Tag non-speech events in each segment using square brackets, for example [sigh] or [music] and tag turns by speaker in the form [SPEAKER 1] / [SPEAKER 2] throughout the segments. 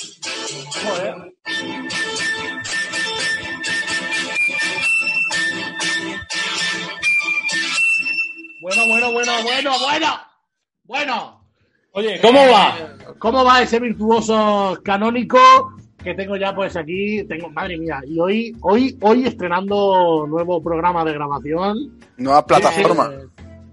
[SPEAKER 1] Joder. Bueno, bueno, bueno, bueno, bueno. Bueno. Eh,
[SPEAKER 2] Oye, ¿cómo va?
[SPEAKER 1] ¿Cómo va ese virtuoso canónico que tengo ya pues aquí? Tengo, madre mía, y hoy, hoy, hoy estrenando nuevo programa de grabación.
[SPEAKER 3] Nueva plataforma.
[SPEAKER 1] Eh,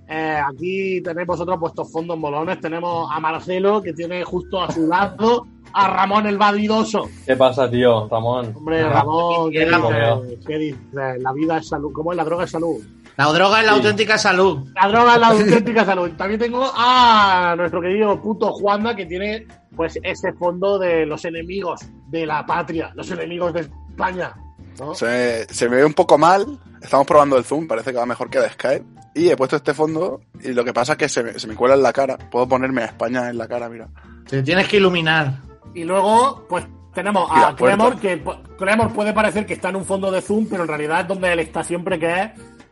[SPEAKER 1] eh, aquí tenéis vosotros vuestros fondos molones. Tenemos a Marcelo, que tiene justo a su lado a Ramón el Vadidoso.
[SPEAKER 2] ¿Qué pasa, tío? Ramón.
[SPEAKER 1] Hombre, Ramón, ¿qué
[SPEAKER 4] Ramón,
[SPEAKER 1] dices? ¿Qué dices? La vida es salud. ¿Cómo es? La droga es salud.
[SPEAKER 4] La droga es la auténtica salud.
[SPEAKER 1] La droga
[SPEAKER 3] [laughs]
[SPEAKER 1] es la auténtica salud. También tengo a nuestro querido puto Juanda, que tiene pues ese fondo de los enemigos de la patria, los enemigos de España. ¿no?
[SPEAKER 3] Se, se me ve un poco mal. Estamos probando el Zoom, parece que va mejor que de Skype. Y he puesto este fondo y lo que pasa es que se me, se me cuela en la cara. Puedo ponerme a España en la cara, mira.
[SPEAKER 4] Te tienes que iluminar.
[SPEAKER 1] Y luego, pues tenemos
[SPEAKER 3] Y
[SPEAKER 1] a
[SPEAKER 3] la puerta.
[SPEAKER 1] Clemor, que pu- Clemor puede parecer que está en un fondo de Zoom, pero en realidad es donde él está siempre, que es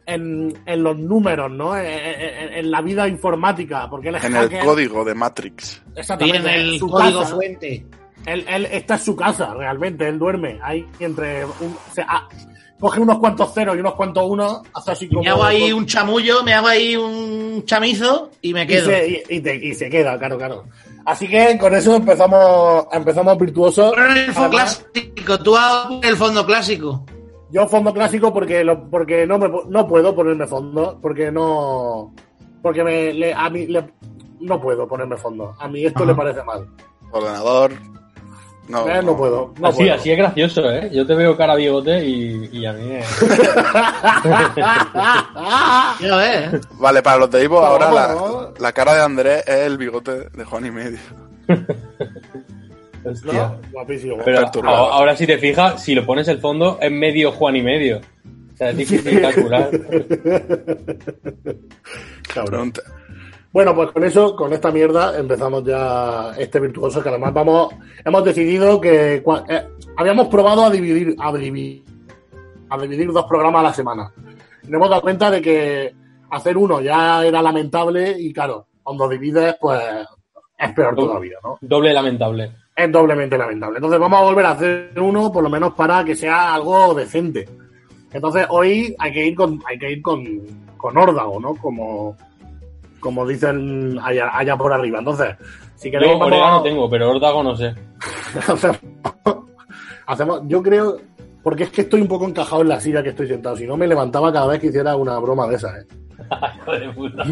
[SPEAKER 1] en, en los números, ¿no? En, en- en la vida informática, porque él es
[SPEAKER 3] En el
[SPEAKER 1] hacker.
[SPEAKER 3] código de Matrix.
[SPEAKER 4] Y
[SPEAKER 1] Exactamente,
[SPEAKER 4] en el
[SPEAKER 1] su
[SPEAKER 4] código
[SPEAKER 1] casa.
[SPEAKER 4] fuente.
[SPEAKER 1] Él, él está en su casa, realmente, él duerme ahí entre... un- o sea, ah, coge unos cuantos ceros y unos cuantos unos, hace así como...
[SPEAKER 4] Me hago ahí un chamullo, me hago ahí un chamizo y me
[SPEAKER 1] y
[SPEAKER 4] quedo.
[SPEAKER 1] se, y, y te- y se queda, claro, claro. Así que con eso empezamos empezamos virtuosos.
[SPEAKER 4] Ahora en el fondo
[SPEAKER 1] Además,
[SPEAKER 4] clásico, tú haz el fondo clásico.
[SPEAKER 1] Yo fondo clásico porque lo, porque no me pu- no puedo ponerme fondo, porque no porque me le- a mí le- no puedo ponerme fondo. A mí esto
[SPEAKER 4] Ajá.
[SPEAKER 1] le parece mal.
[SPEAKER 3] Ordenador. No,
[SPEAKER 1] Eh, No, puedo, no
[SPEAKER 2] Ah, así,
[SPEAKER 1] puedo. [laughs]
[SPEAKER 2] así es gracioso, ¿eh? Yo te veo cara bigote y, y a mí me...
[SPEAKER 1] [laughs] Ah,
[SPEAKER 4] Quiero ver, ¿eh?
[SPEAKER 3] Vale, para los de Ivo,
[SPEAKER 1] No,
[SPEAKER 3] ahora la,
[SPEAKER 1] no.
[SPEAKER 3] la cara de Andrés es el bigote de Juan y medio.
[SPEAKER 2] Hostia.
[SPEAKER 1] No, guapísimo.
[SPEAKER 2] Pero
[SPEAKER 3] Perturbador.
[SPEAKER 2] ahora, ahora si te fijas, si lo pones el fondo, es medio Juan y medio. O sea,
[SPEAKER 1] [laughs]
[SPEAKER 2] es difícil calcular.
[SPEAKER 1] Cabrón.
[SPEAKER 3] Pregunta.
[SPEAKER 1] Bueno, pues con eso, con esta mierda empezamos ya este virtuoso que además vamos hemos decidido que cua- eh, habíamos probado a dividir a dividir a dividir dos programas a la semana. Nos hemos dado cuenta de que hacer uno ya era lamentable y claro, cuando divides, pues es peor todavía, ¿no?
[SPEAKER 2] Doble lamentable.
[SPEAKER 1] Es doblemente lamentable. Entonces vamos a volver a hacer uno, por lo menos para que sea algo decente. Entonces hoy hay que ir con, hay que ir con, con órdago, ¿no? Como, como dicen allá, allá por arriba. Entonces, si
[SPEAKER 2] Yo
[SPEAKER 1] queréis vamos a-
[SPEAKER 2] orégano tengo, pero órdago
[SPEAKER 1] [laughs]
[SPEAKER 2] no sé.
[SPEAKER 1] hacemos, hacemos- yo creo, porque es que estoy un poco encajado en la silla que estoy sentado. Si no me levantaba cada vez que hiciera una broma de esas, ¿eh?
[SPEAKER 2] Hijo de puta.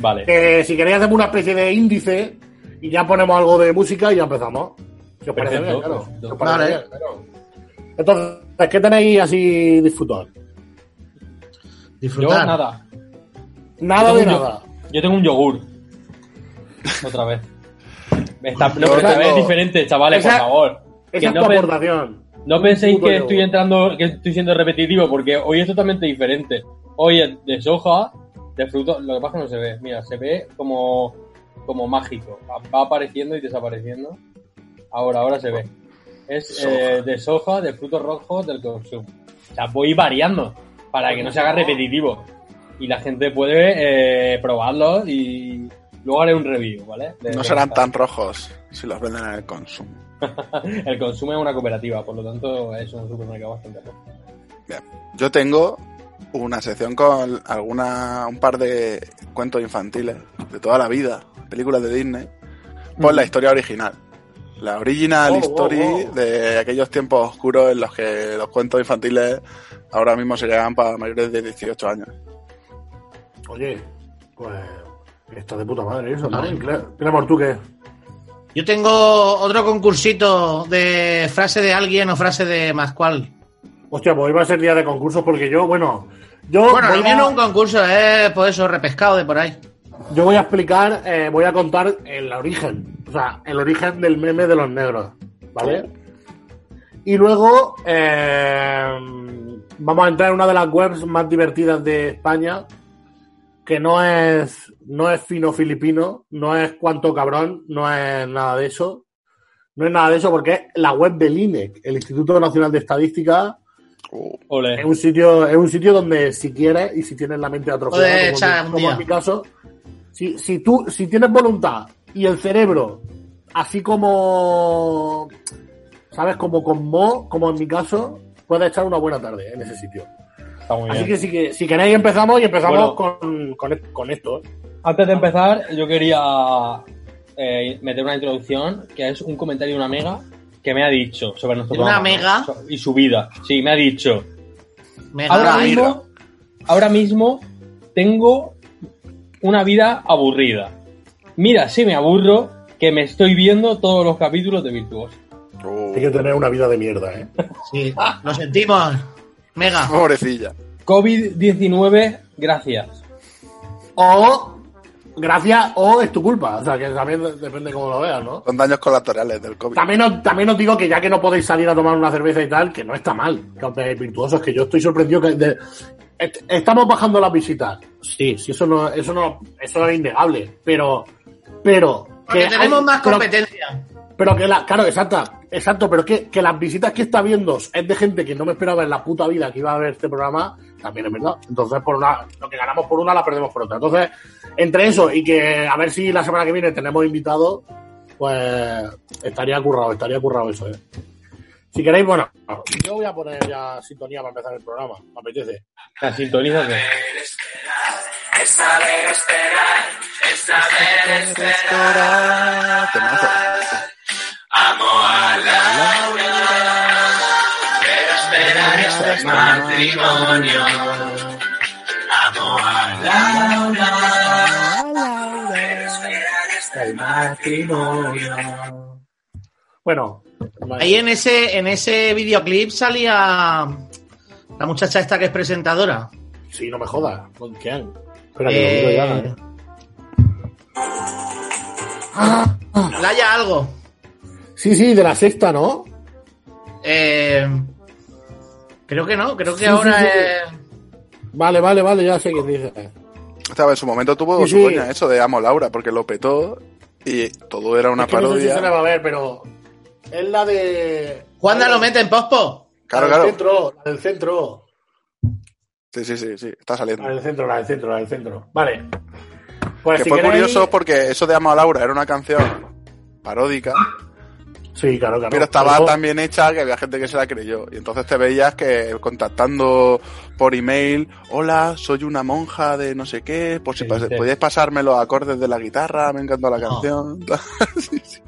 [SPEAKER 2] vale.
[SPEAKER 1] Eh, si queréis hacemos una especie de índice y ya ponemos algo de música y ya empezamos. Si os parece bien,
[SPEAKER 2] Perfecto,
[SPEAKER 1] claro.
[SPEAKER 2] perfecto.
[SPEAKER 1] Si os parece
[SPEAKER 4] Vale.
[SPEAKER 1] bien, claro. Entonces, ¿qué tenéis así disfrutar?
[SPEAKER 2] Yo
[SPEAKER 4] Disfrutar.
[SPEAKER 2] nada.
[SPEAKER 1] Nada
[SPEAKER 2] Yo
[SPEAKER 1] de
[SPEAKER 2] tengo un
[SPEAKER 1] nada.
[SPEAKER 2] yo- Yo tengo un yogur. Otra vez. Esta, no,
[SPEAKER 3] Yo
[SPEAKER 2] pero esta
[SPEAKER 3] tengo-
[SPEAKER 2] vez es diferente, chavales,
[SPEAKER 1] Esa-
[SPEAKER 2] por favor. Que
[SPEAKER 1] Esa es
[SPEAKER 2] no
[SPEAKER 1] tu
[SPEAKER 2] pe-
[SPEAKER 1] aportación.
[SPEAKER 2] No penséis
[SPEAKER 1] Puto
[SPEAKER 2] que
[SPEAKER 1] yogur.
[SPEAKER 2] estoy entrando, que estoy siendo repetitivo, porque hoy es totalmente diferente. Hoy es de soja, de frutos, lo que pasa es que no se ve. Mira, se ve como, como mágico. Va, va apareciendo y desapareciendo. Ahora, ahora se ve. Es eh, de soja, de frutos rojos, del consumo. O sea, voy variando para que no se haga repetitivo. Y la gente puede eh, probarlos y luego haré un review, ¿vale? De-
[SPEAKER 3] No
[SPEAKER 2] de-
[SPEAKER 3] serán tan rojos si los venden en el consumo.
[SPEAKER 2] El consumo es una cooperativa, por lo tanto es un supermercado bastante rojo.
[SPEAKER 3] Yo tengo una sección con alguna, un par de cuentos infantiles de toda la vida, películas de Disney, por la historia original. La original
[SPEAKER 1] Oh, oh,
[SPEAKER 3] story
[SPEAKER 1] oh.
[SPEAKER 3] de aquellos tiempos oscuros en los que los cuentos infantiles ahora mismo se llevan para mayores de 18 años.
[SPEAKER 1] Oye, pues está de puta madre eso, ¿no? Cle- Clemor, ¿tú qué?
[SPEAKER 4] Yo tengo otro concursito de frase de alguien o frase de Mascual.
[SPEAKER 1] Hostia, pues hoy va a ser día de concursos porque yo, bueno, yo,
[SPEAKER 4] Bueno,
[SPEAKER 1] voy,
[SPEAKER 4] lo mío no es un
[SPEAKER 1] a,
[SPEAKER 4] concurso, es por eso, repescado de por ahí.
[SPEAKER 1] yo voy a explicar, eh, voy a contar el origen, o sea, el origen del meme de los negros, ¿vale? Y luego eh, vamos a entrar en una de las webs más divertidas de España, que no es, no es fino filipino, no es cuanto cabrón, no es nada de eso. No es nada de eso porque es la web del INEC, el Instituto Nacional de Estadística,
[SPEAKER 3] Uh,
[SPEAKER 2] Ole.
[SPEAKER 1] Es un sitio, es un sitio donde si quieres y si tienes la mente atrofiada,
[SPEAKER 4] Joder,
[SPEAKER 1] como,
[SPEAKER 4] Chas,
[SPEAKER 1] mi-
[SPEAKER 4] un
[SPEAKER 1] como
[SPEAKER 4] día.
[SPEAKER 1] en mi caso, si, si tú, si tienes voluntad y el cerebro, así como, sabes, como con mo, como en mi caso, puedes echar una buena tarde ¿eh? en ese sitio.
[SPEAKER 2] Está muy
[SPEAKER 1] Así
[SPEAKER 2] bien.
[SPEAKER 1] que si, que- si queréis empezamos y empezamos
[SPEAKER 2] Bueno.
[SPEAKER 1] con, con, e- con esto.
[SPEAKER 2] Antes de empezar, yo quería eh, meter una introducción que es un comentario de una amiga que me ha dicho sobre nuestro
[SPEAKER 4] ¿De una
[SPEAKER 2] programa,
[SPEAKER 4] amiga?
[SPEAKER 2] Y su vida. Sí, me ha dicho.
[SPEAKER 4] Me
[SPEAKER 2] Ahora
[SPEAKER 4] jodas.
[SPEAKER 2] mismo, ahora mismo tengo una vida aburrida. Mira, si me aburro, que me estoy viendo todos los capítulos de Virtuoso.
[SPEAKER 3] uh,
[SPEAKER 1] Hay que tener una vida de mierda, ¿eh?
[SPEAKER 4] Sí, lo sentimos. Mega.
[SPEAKER 3] pobrecilla.
[SPEAKER 2] COVID-19, gracias.
[SPEAKER 1] O, gracias, o es tu culpa. O sea, que también de- depende cómo lo veas, ¿no?
[SPEAKER 3] Son daños colaterales del COVID.
[SPEAKER 1] También os, también os digo que ya que no podéis salir a tomar una cerveza y tal, que no está mal, que os veáis virtuosos, que yo estoy sorprendido que de- est- estamos bajando las visitas. Sí, sí, eso no, eso no, eso es innegable, pero, pero
[SPEAKER 4] Porque
[SPEAKER 1] hay-
[SPEAKER 4] tenemos más
[SPEAKER 1] pero-
[SPEAKER 4] competencia.
[SPEAKER 1] pero que la, claro, exacta, exacto, pero que, que las visitas que está viendo es de gente que no me esperaba en la puta vida que iba a ver este programa, también es verdad. Entonces, por una, lo que ganamos por una, la perdemos por otra. Entonces, entre eso y que a ver si la semana que viene tenemos invitados, pues estaría currado, estaría currado eso, eh. Si queréis, bueno, yo voy a poner ya sintonía para empezar el programa, me apetece.
[SPEAKER 2] La sintoniza que.
[SPEAKER 3] Temazo.
[SPEAKER 1] Bueno,
[SPEAKER 4] Ahí en ese, en ese videoclip salía la muchacha esta que es presentadora.
[SPEAKER 1] sí, no me jodas, ¿con quién? Espera, que lo miro ya, eh. ¿eh?
[SPEAKER 4] Laya algo.
[SPEAKER 1] Sí, sí, de la sexta, ¿no?
[SPEAKER 4] Eh, creo que no, creo que
[SPEAKER 1] Sí, sí,
[SPEAKER 4] ahora
[SPEAKER 1] sí.
[SPEAKER 4] es.
[SPEAKER 1] Vale, vale, vale, ya sé quién dice.
[SPEAKER 3] O sea, en su momento tuvo
[SPEAKER 1] Sí,
[SPEAKER 3] su
[SPEAKER 1] sí.
[SPEAKER 3] coña eso de Amo Laura, porque lo petó y todo era una
[SPEAKER 1] Es que no sé si
[SPEAKER 3] parodia.
[SPEAKER 1] se la va a ver, pero es la de.
[SPEAKER 4] Juanda lo mete en pospo.
[SPEAKER 3] Claro,
[SPEAKER 1] la del
[SPEAKER 3] claro.
[SPEAKER 1] Centro, la del centro.
[SPEAKER 3] Sí, sí, sí, sí, está
[SPEAKER 1] La
[SPEAKER 3] saliendo.
[SPEAKER 1] del centro, la del centro, la del centro. Vale. Pues
[SPEAKER 3] Que
[SPEAKER 1] si
[SPEAKER 3] fue
[SPEAKER 1] queréis-
[SPEAKER 3] curioso porque eso de Amo a Laura era una canción paródica,
[SPEAKER 1] Sí, claro, Ah, claro.
[SPEAKER 3] pues, pero estaba
[SPEAKER 1] Pero-
[SPEAKER 3] tan bien hecha que había gente que se la creyó. Y entonces te veías que contactando por email, hola, soy una monja de no sé qué, por si
[SPEAKER 2] Sí,
[SPEAKER 3] pas-
[SPEAKER 2] sí.
[SPEAKER 3] podíais pasarme los acordes de la guitarra, me encantó
[SPEAKER 1] Ah.
[SPEAKER 3] la canción. [laughs] Sí, sí.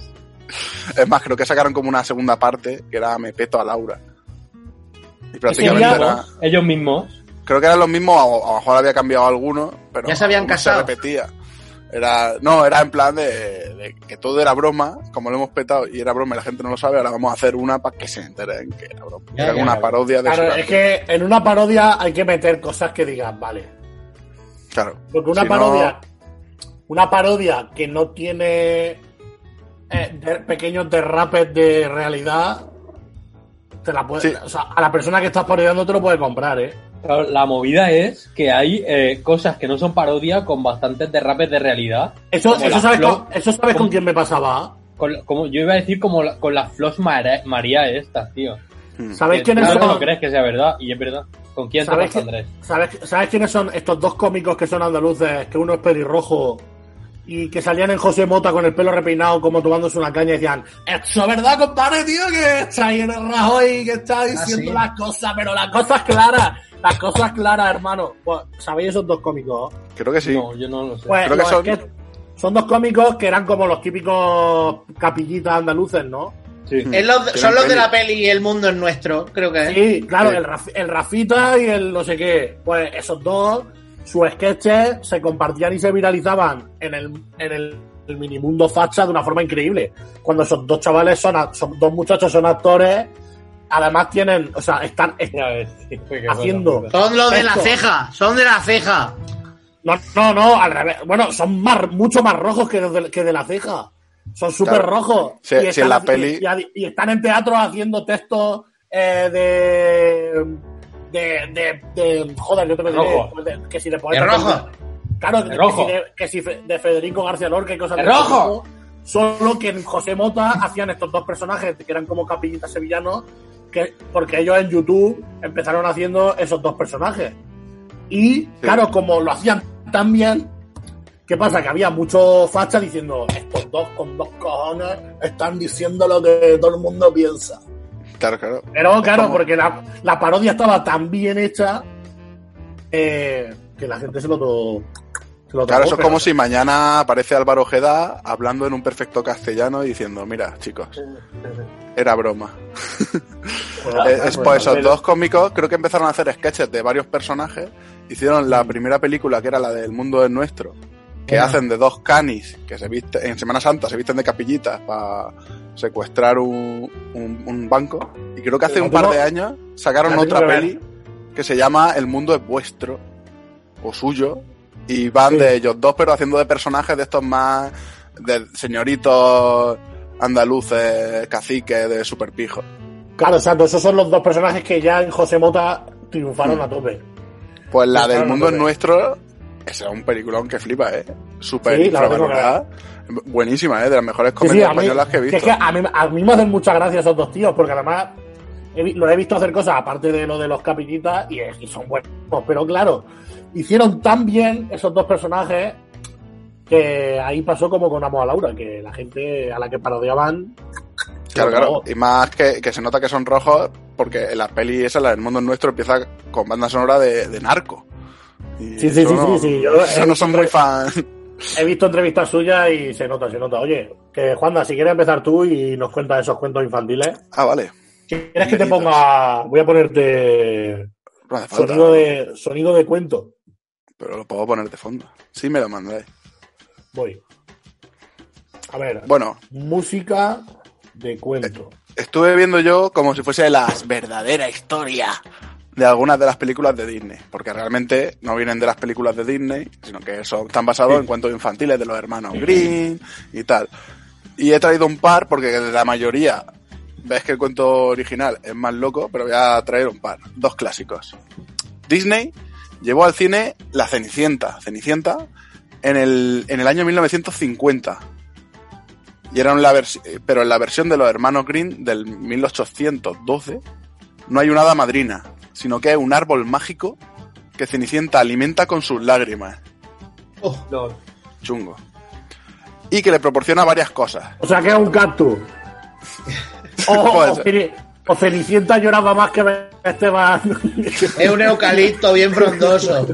[SPEAKER 3] Es más, creo que sacaron como una segunda parte que era Me peto a Laura. Y prácticamente
[SPEAKER 1] ya-
[SPEAKER 3] era...
[SPEAKER 2] Ellos mismos.
[SPEAKER 3] Creo que eran los mismos, o a lo mejor había cambiado alguno, pero
[SPEAKER 4] Ya se habían
[SPEAKER 3] alguno
[SPEAKER 4] casado.
[SPEAKER 3] Se repetía. Era, no, era en plan de, de que todo era broma, como lo hemos petado y era broma y la gente no lo sabe, ahora vamos a hacer una para que se enteren que era broma.
[SPEAKER 2] Ya,
[SPEAKER 3] era
[SPEAKER 2] ya,
[SPEAKER 3] una
[SPEAKER 2] ya.
[SPEAKER 3] parodia de
[SPEAKER 1] Claro,
[SPEAKER 3] su
[SPEAKER 1] es que en una parodia hay que meter cosas que digas, vale.
[SPEAKER 3] Claro.
[SPEAKER 1] Porque una
[SPEAKER 3] Si no-
[SPEAKER 1] parodia. Una parodia que no tiene eh, de- pequeños derrapes de realidad. Te la puede,
[SPEAKER 3] Sí.
[SPEAKER 1] o sea, a la persona que estás parodiando te lo puede comprar, ¿eh?
[SPEAKER 2] Claro, la movida es que hay eh, cosas que no son parodia con bastantes derrapes de realidad.
[SPEAKER 1] Eso,
[SPEAKER 2] Como
[SPEAKER 1] eso,
[SPEAKER 2] la
[SPEAKER 1] sabes
[SPEAKER 2] flor-
[SPEAKER 1] con, eso sabes con quién me pasaba.
[SPEAKER 2] con- como, yo iba a decir como la- con las flos Mara- María estas, tío.
[SPEAKER 3] Mm.
[SPEAKER 1] ¿Sabéis
[SPEAKER 2] Que
[SPEAKER 1] quiénes
[SPEAKER 2] claro que
[SPEAKER 1] son?
[SPEAKER 2] no crees que sea verdad, y es verdad. ¿Con quién te
[SPEAKER 1] ¿Sabéis,
[SPEAKER 2] pasa,
[SPEAKER 1] que-
[SPEAKER 2] Andrés?
[SPEAKER 1] sabes- sabes quiénes son estos dos cómicos que son andaluces? Que uno es pelirrojo y que salían en José Mota con el pelo repeinado como tomándose una caña y decían Eso es verdad, compadre, tío, que está ahí en el Rajoy que
[SPEAKER 2] Ah,
[SPEAKER 1] está diciendo
[SPEAKER 4] sí.
[SPEAKER 1] las cosas, pero las cosas claras, las cosas claras, hermano. Pues, ¿Sabéis esos dos cómicos?
[SPEAKER 3] Creo que sí.
[SPEAKER 2] No, yo no lo sé.
[SPEAKER 1] Pues,
[SPEAKER 3] Creo que
[SPEAKER 1] los
[SPEAKER 3] son-
[SPEAKER 1] sketch- son dos cómicos que eran como los típicos capillitas andaluces, ¿no?
[SPEAKER 2] Sí.
[SPEAKER 3] Mm.
[SPEAKER 4] Es los-
[SPEAKER 3] Tienen
[SPEAKER 4] son los de
[SPEAKER 3] peli.
[SPEAKER 4] la peli El mundo es nuestro, creo que es.
[SPEAKER 1] Sí, claro,
[SPEAKER 3] Sí.
[SPEAKER 1] El, Raf- el Rafita y el no sé qué. Pues esos dos, sus sketches se compartían y se viralizaban en el, en el, el minimundo facha de una forma increíble. Cuando esos dos chavales son, a- son- dos muchachos son actores además tienen, o sea, están,
[SPEAKER 2] [laughs] Ya ves, tío, qué
[SPEAKER 1] Haciendo.
[SPEAKER 2] buena puta.
[SPEAKER 4] Son los de la
[SPEAKER 1] Esto.
[SPEAKER 4] ceja, son de la ceja.
[SPEAKER 1] No, no, no, al revés. Bueno, son más, mucho más rojos que de, que de la ceja. Son súper
[SPEAKER 3] Claro.
[SPEAKER 1] rojos.
[SPEAKER 3] Sí, sí, en
[SPEAKER 1] están-
[SPEAKER 3] la peli-
[SPEAKER 1] y- Y, y están en teatro haciendo textos eh, de. De, de, de- Joder, yo te lo diré.
[SPEAKER 2] Rojo.
[SPEAKER 1] pues de- que si de
[SPEAKER 4] De
[SPEAKER 1] poeta.
[SPEAKER 4] rojo.
[SPEAKER 1] Claro,
[SPEAKER 2] De
[SPEAKER 1] que,
[SPEAKER 2] rojo.
[SPEAKER 1] Si de, que si fe- de Federico García Lorca y cosas
[SPEAKER 2] De
[SPEAKER 1] de ese
[SPEAKER 2] rojo.
[SPEAKER 1] tipo. Solo que en José Mota hacían estos dos personajes que eran como capillitas sevillanos, que, porque ellos en YouTube empezaron haciendo esos dos personajes. Y claro, como lo hacían tan bien, ¿qué pasa? Que había muchos fachas diciendo, estos dos con dos cojones están diciendo lo que todo el mundo piensa.
[SPEAKER 3] Claro, claro.
[SPEAKER 1] Pero claro,
[SPEAKER 3] como-
[SPEAKER 1] porque la, la parodia estaba tan bien hecha eh, que la gente se lo... to- se lo
[SPEAKER 3] Claro,
[SPEAKER 1] tomó,
[SPEAKER 3] eso es
[SPEAKER 1] pero-
[SPEAKER 3] como si mañana aparece Álvaro Ojeda hablando en un perfecto castellano y diciendo, mira, chicos, era broma.
[SPEAKER 1] [laughs] Bueno,
[SPEAKER 3] Eh, es
[SPEAKER 1] bueno,
[SPEAKER 3] por esos
[SPEAKER 2] pero-
[SPEAKER 3] dos cómicos creo que empezaron a hacer sketches de varios personajes. Hicieron
[SPEAKER 1] Mm.
[SPEAKER 3] la primera película, que era la del mundo es nuestro, que
[SPEAKER 4] Ajá.
[SPEAKER 3] hacen de dos canis que se visten, en Semana Santa se visten de capillitas para secuestrar un, un- un banco. Y creo que hace
[SPEAKER 1] La
[SPEAKER 3] un par
[SPEAKER 1] tengo-
[SPEAKER 3] de años sacaron
[SPEAKER 1] la tengo
[SPEAKER 3] otra
[SPEAKER 1] que ver.
[SPEAKER 3] peli que se llama El mundo es vuestro o suyo. Y van
[SPEAKER 1] Sí.
[SPEAKER 3] de ellos dos, pero haciendo de personajes de estos más de señoritos andaluces, caciques de superpijo.
[SPEAKER 1] Claro, exacto. Esos son los dos personajes que ya en José Mota
[SPEAKER 3] Mm.
[SPEAKER 1] triunfaron a tope.
[SPEAKER 3] Pues la
[SPEAKER 1] Pues
[SPEAKER 3] del
[SPEAKER 1] claro,
[SPEAKER 3] mundo
[SPEAKER 1] no
[SPEAKER 3] es
[SPEAKER 1] te
[SPEAKER 3] nuestro, ese es un peliculón que flipa, ¿eh? Súper
[SPEAKER 1] Sí, la verdad que
[SPEAKER 3] infravalorada. Buenísima, ¿eh? De las mejores
[SPEAKER 1] Sí, sí,
[SPEAKER 3] comedias
[SPEAKER 1] a mí-
[SPEAKER 3] españolas que he
[SPEAKER 1] que es
[SPEAKER 3] visto.
[SPEAKER 1] que a mí, a mí me hacen mucha gracia esos dos tíos, porque además he vi- los he visto hacer cosas aparte de lo de los capillitas y, y son buenos. Pero claro, hicieron tan bien esos dos personajes que ahí pasó como con Amo a Laura, que la gente a la que parodiaban. Oh,
[SPEAKER 3] Claro,
[SPEAKER 1] se lo
[SPEAKER 3] claro.
[SPEAKER 1] acabó.
[SPEAKER 3] Y más que, que se nota que son rojos, porque en la peli esa, la del mundo es nuestro, empieza con banda sonora de, de narco. Y
[SPEAKER 1] Sí, sí,
[SPEAKER 3] eso
[SPEAKER 1] sí,
[SPEAKER 3] no-
[SPEAKER 1] sí, Eh, sí, yo-
[SPEAKER 3] [laughs] eso no son muy fan.
[SPEAKER 1] He visto entrevistas suyas y se nota, se nota. Oye, que Juanda, si quieres empezar tú y nos cuentas esos cuentos infantiles.
[SPEAKER 3] Ah, vale.
[SPEAKER 1] ¿Quieres que te ponga.? Voy a ponerte
[SPEAKER 3] No hace falta.
[SPEAKER 1] Sonido de, sonido de cuento.
[SPEAKER 3] Pero lo puedo poner de fondo. Sí, me lo mandáis.
[SPEAKER 1] Voy. A ver,
[SPEAKER 3] Bueno,
[SPEAKER 1] música de cuento.
[SPEAKER 3] estuve viendo yo como si fuese la verdadera historia de algunas de las películas de Disney, porque realmente no vienen de las películas de Disney, sino que son, están basados en cuentos infantiles de los hermanos Green y tal. Y he traído un par porque de la mayoría ves que el cuento original es más loco, pero voy a traer un par, dos clásicos. Disney llevó al cine La Cenicienta, Cenicienta en el, en el año 1950. Y era en la vers- eh, pero en la versión de los hermanos Green del 1812 no hay una hada madrina, sino que es un árbol mágico que Cenicienta alimenta con sus lágrimas.
[SPEAKER 2] No,
[SPEAKER 3] Chungo. Y que le proporciona varias cosas. [laughs]
[SPEAKER 1] O sea, que es un [laughs] cactus. O,
[SPEAKER 3] Puede
[SPEAKER 1] o,
[SPEAKER 3] ser.
[SPEAKER 1] Ceni- o Cenicienta oh, lloraba más que Esteban. [laughs]
[SPEAKER 4] Es un eucalipto bien frondoso.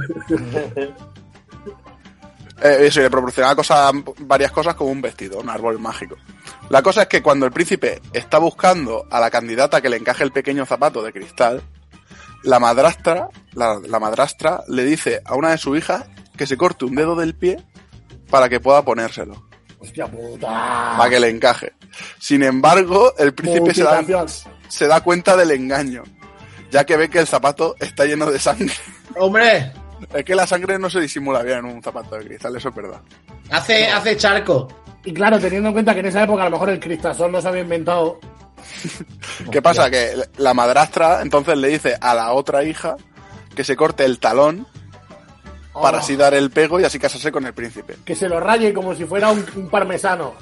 [SPEAKER 3] Eh, eso, y le proporcionaba cosas, varias cosas como un vestido, un árbol mágico. La cosa es que cuando el príncipe está buscando a la candidata que le encaje el pequeño zapato de cristal, la madrastra, la, la madrastra le dice a una de sus hijas que se corte un dedo del pie para que pueda ponérselo,
[SPEAKER 1] Hostia puta.
[SPEAKER 3] para que le encaje. Sin embargo, el príncipe se da,
[SPEAKER 1] Puticación.
[SPEAKER 3] se da cuenta del engaño, ya que ve que el zapato está lleno de sangre. [laughs]
[SPEAKER 4] Hombre,
[SPEAKER 3] Es que la sangre no se disimula bien en un zapato de cristal, eso es verdad.
[SPEAKER 4] hace, hace charco.
[SPEAKER 1] Y claro, teniendo en cuenta que en esa época a lo mejor el cristasol no se había inventado.
[SPEAKER 3] ¿Qué pasa? Que la madrastra entonces le dice a la otra hija que se corte el talón para
[SPEAKER 1] Oh,
[SPEAKER 3] así dar el pego y así casarse con el príncipe. [laughs]
[SPEAKER 1] Que se lo raye como si fuera un, un parmesano.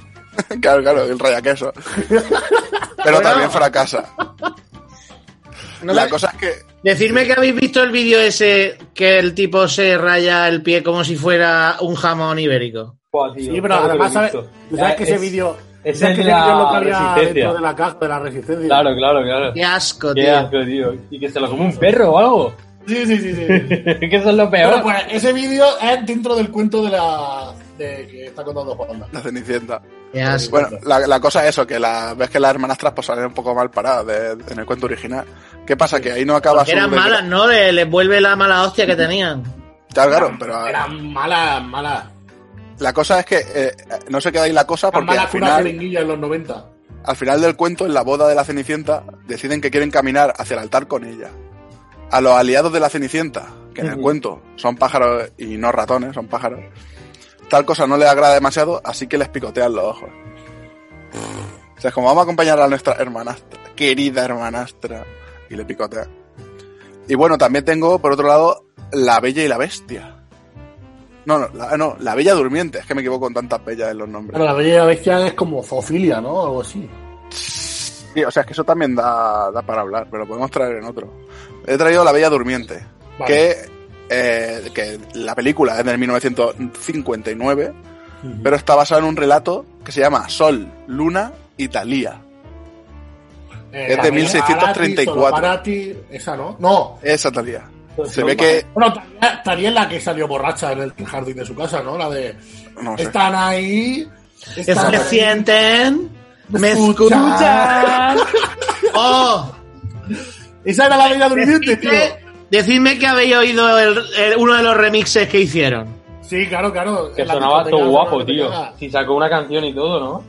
[SPEAKER 3] claro, claro, el rayaqueso. Pero también fracasa.
[SPEAKER 4] No
[SPEAKER 3] la
[SPEAKER 4] me-
[SPEAKER 3] cosa es que
[SPEAKER 4] Decirme que habéis visto el vídeo ese que el tipo se raya el pie como si fuera un jamón ibérico.
[SPEAKER 2] Buah, tío,
[SPEAKER 1] Sí, pero
[SPEAKER 2] claro que lo
[SPEAKER 1] además,
[SPEAKER 2] he
[SPEAKER 1] ¿sabes?
[SPEAKER 2] visto.
[SPEAKER 1] ¿Tú sabes que ese
[SPEAKER 2] Es-
[SPEAKER 1] vídeo.
[SPEAKER 2] es
[SPEAKER 1] ¿sabes que
[SPEAKER 2] el de la
[SPEAKER 1] vídeo es lo que había
[SPEAKER 2] resistencia.
[SPEAKER 1] dentro de la caja de la resistencia?
[SPEAKER 2] Claro, claro, claro.
[SPEAKER 4] Qué asco,
[SPEAKER 2] Qué
[SPEAKER 4] tío.
[SPEAKER 2] asco, tío. Y que se lo come un perro o algo. [laughs]
[SPEAKER 1] Sí, sí, sí. sí.
[SPEAKER 2] que eso es lo
[SPEAKER 1] Bueno,
[SPEAKER 2] peor.
[SPEAKER 1] pues ese vídeo es dentro del cuento de la. de que está contando Juanda.
[SPEAKER 3] la cenicienta.
[SPEAKER 4] Qué asco.
[SPEAKER 3] Bueno, la, la cosa es eso, que la, ves que las hermanastras pues, salen un poco mal paradas de- de- en el cuento original. ¿Qué pasa? Que ahí no acaba
[SPEAKER 4] Eran
[SPEAKER 3] desgra-
[SPEAKER 4] malas, ¿no? Le- Les vuelve la mala hostia que tenían.
[SPEAKER 3] Claro, claro, pero a-
[SPEAKER 1] Eran malas, malas.
[SPEAKER 3] la cosa es que eh, no se queda ahí la cosa
[SPEAKER 1] Eran
[SPEAKER 3] porque al
[SPEAKER 1] malas curas
[SPEAKER 3] final...
[SPEAKER 1] jeringuillas en los 90.
[SPEAKER 3] Al final del cuento, en la boda de la Cenicienta, deciden que quieren caminar hacia el altar con ella. A los aliados de la Cenicienta, que en el
[SPEAKER 2] Ujú.
[SPEAKER 3] cuento son pájaros y no ratones, son pájaros, tal cosa no les agrada demasiado, así que les picotean los ojos. O sea, es como vamos a acompañar a nuestra hermanastra, querida hermanastra, y le picotea. Y bueno, también tengo, por otro lado, La Bella y la Bestia. No, no, la, no, la Bella Durmiente, es que me equivoco con tantas bellas en los nombres.
[SPEAKER 1] Bueno, la bella y la bestia es como zoofilia, ¿no? Algo así.
[SPEAKER 3] Sí, o sea, es que eso también da, da para hablar, pero lo podemos traer en otro. He traído La Bella Durmiente,
[SPEAKER 1] Vale.
[SPEAKER 3] que, eh, que la película es del 1959,
[SPEAKER 1] Ujú.
[SPEAKER 3] pero está basada en un relato que se llama Sol, Luna y Talía.
[SPEAKER 1] Eh,
[SPEAKER 3] es de
[SPEAKER 1] la bella-
[SPEAKER 3] 1634.
[SPEAKER 1] Arati, Solo Arati, esa no. No.
[SPEAKER 3] Esa Talía.
[SPEAKER 1] Pues
[SPEAKER 3] Se ve que...
[SPEAKER 1] Bueno, Talía- Talía es la que salió borracha en el jardín de su casa, ¿no? La de.
[SPEAKER 3] No sé.
[SPEAKER 1] Están ahí.
[SPEAKER 4] Es
[SPEAKER 1] Están
[SPEAKER 4] que
[SPEAKER 1] ahí.
[SPEAKER 4] sienten, me
[SPEAKER 1] Me escuchan.
[SPEAKER 4] escuchan.
[SPEAKER 1] [laughs]
[SPEAKER 4] Oh,
[SPEAKER 1] Esa era la bella durmiente, Este tío.
[SPEAKER 4] decidme, decidme que habéis oído el- el- uno de los remixes que hicieron.
[SPEAKER 1] Sí, claro, claro.
[SPEAKER 2] Que
[SPEAKER 1] En la
[SPEAKER 2] sonaba
[SPEAKER 1] discoteca,
[SPEAKER 2] todo guapo,
[SPEAKER 1] sonaba
[SPEAKER 2] tío.
[SPEAKER 1] todo
[SPEAKER 2] Si sacó una canción y todo, ¿no?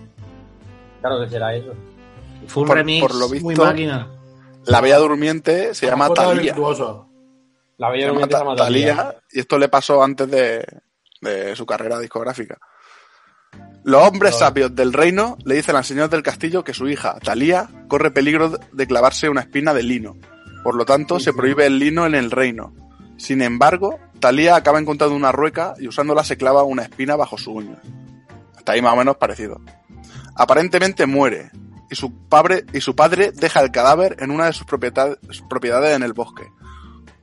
[SPEAKER 2] Claro que será eso.
[SPEAKER 4] Fue un
[SPEAKER 3] Por-
[SPEAKER 4] remix
[SPEAKER 3] por lo visto-
[SPEAKER 4] muy máquina.
[SPEAKER 3] La Bella Durmiente se
[SPEAKER 1] Una
[SPEAKER 3] llama
[SPEAKER 1] foto de
[SPEAKER 3] Talía.
[SPEAKER 1] virtuoso.
[SPEAKER 2] La
[SPEAKER 3] Se
[SPEAKER 2] bella
[SPEAKER 3] llama
[SPEAKER 2] durmiente se
[SPEAKER 3] Ta-
[SPEAKER 2] llama Thalía.
[SPEAKER 3] Thalía, y esto le pasó antes de, de su carrera discográfica. Los hombres
[SPEAKER 2] No.
[SPEAKER 3] sabios del reino le dicen al señor del castillo que su hija, Talía, corre peligro de clavarse una espina de lino. Por lo tanto, se prohíbe el lino en el reino. Sin embargo, Talía acaba encontrando una rueca y usándola se clava una espina bajo su uña. Hasta ahí más o menos parecido. Aparentemente muere y su, padre, y su padre deja el cadáver en una de sus propieta- sus propiedades en el bosque.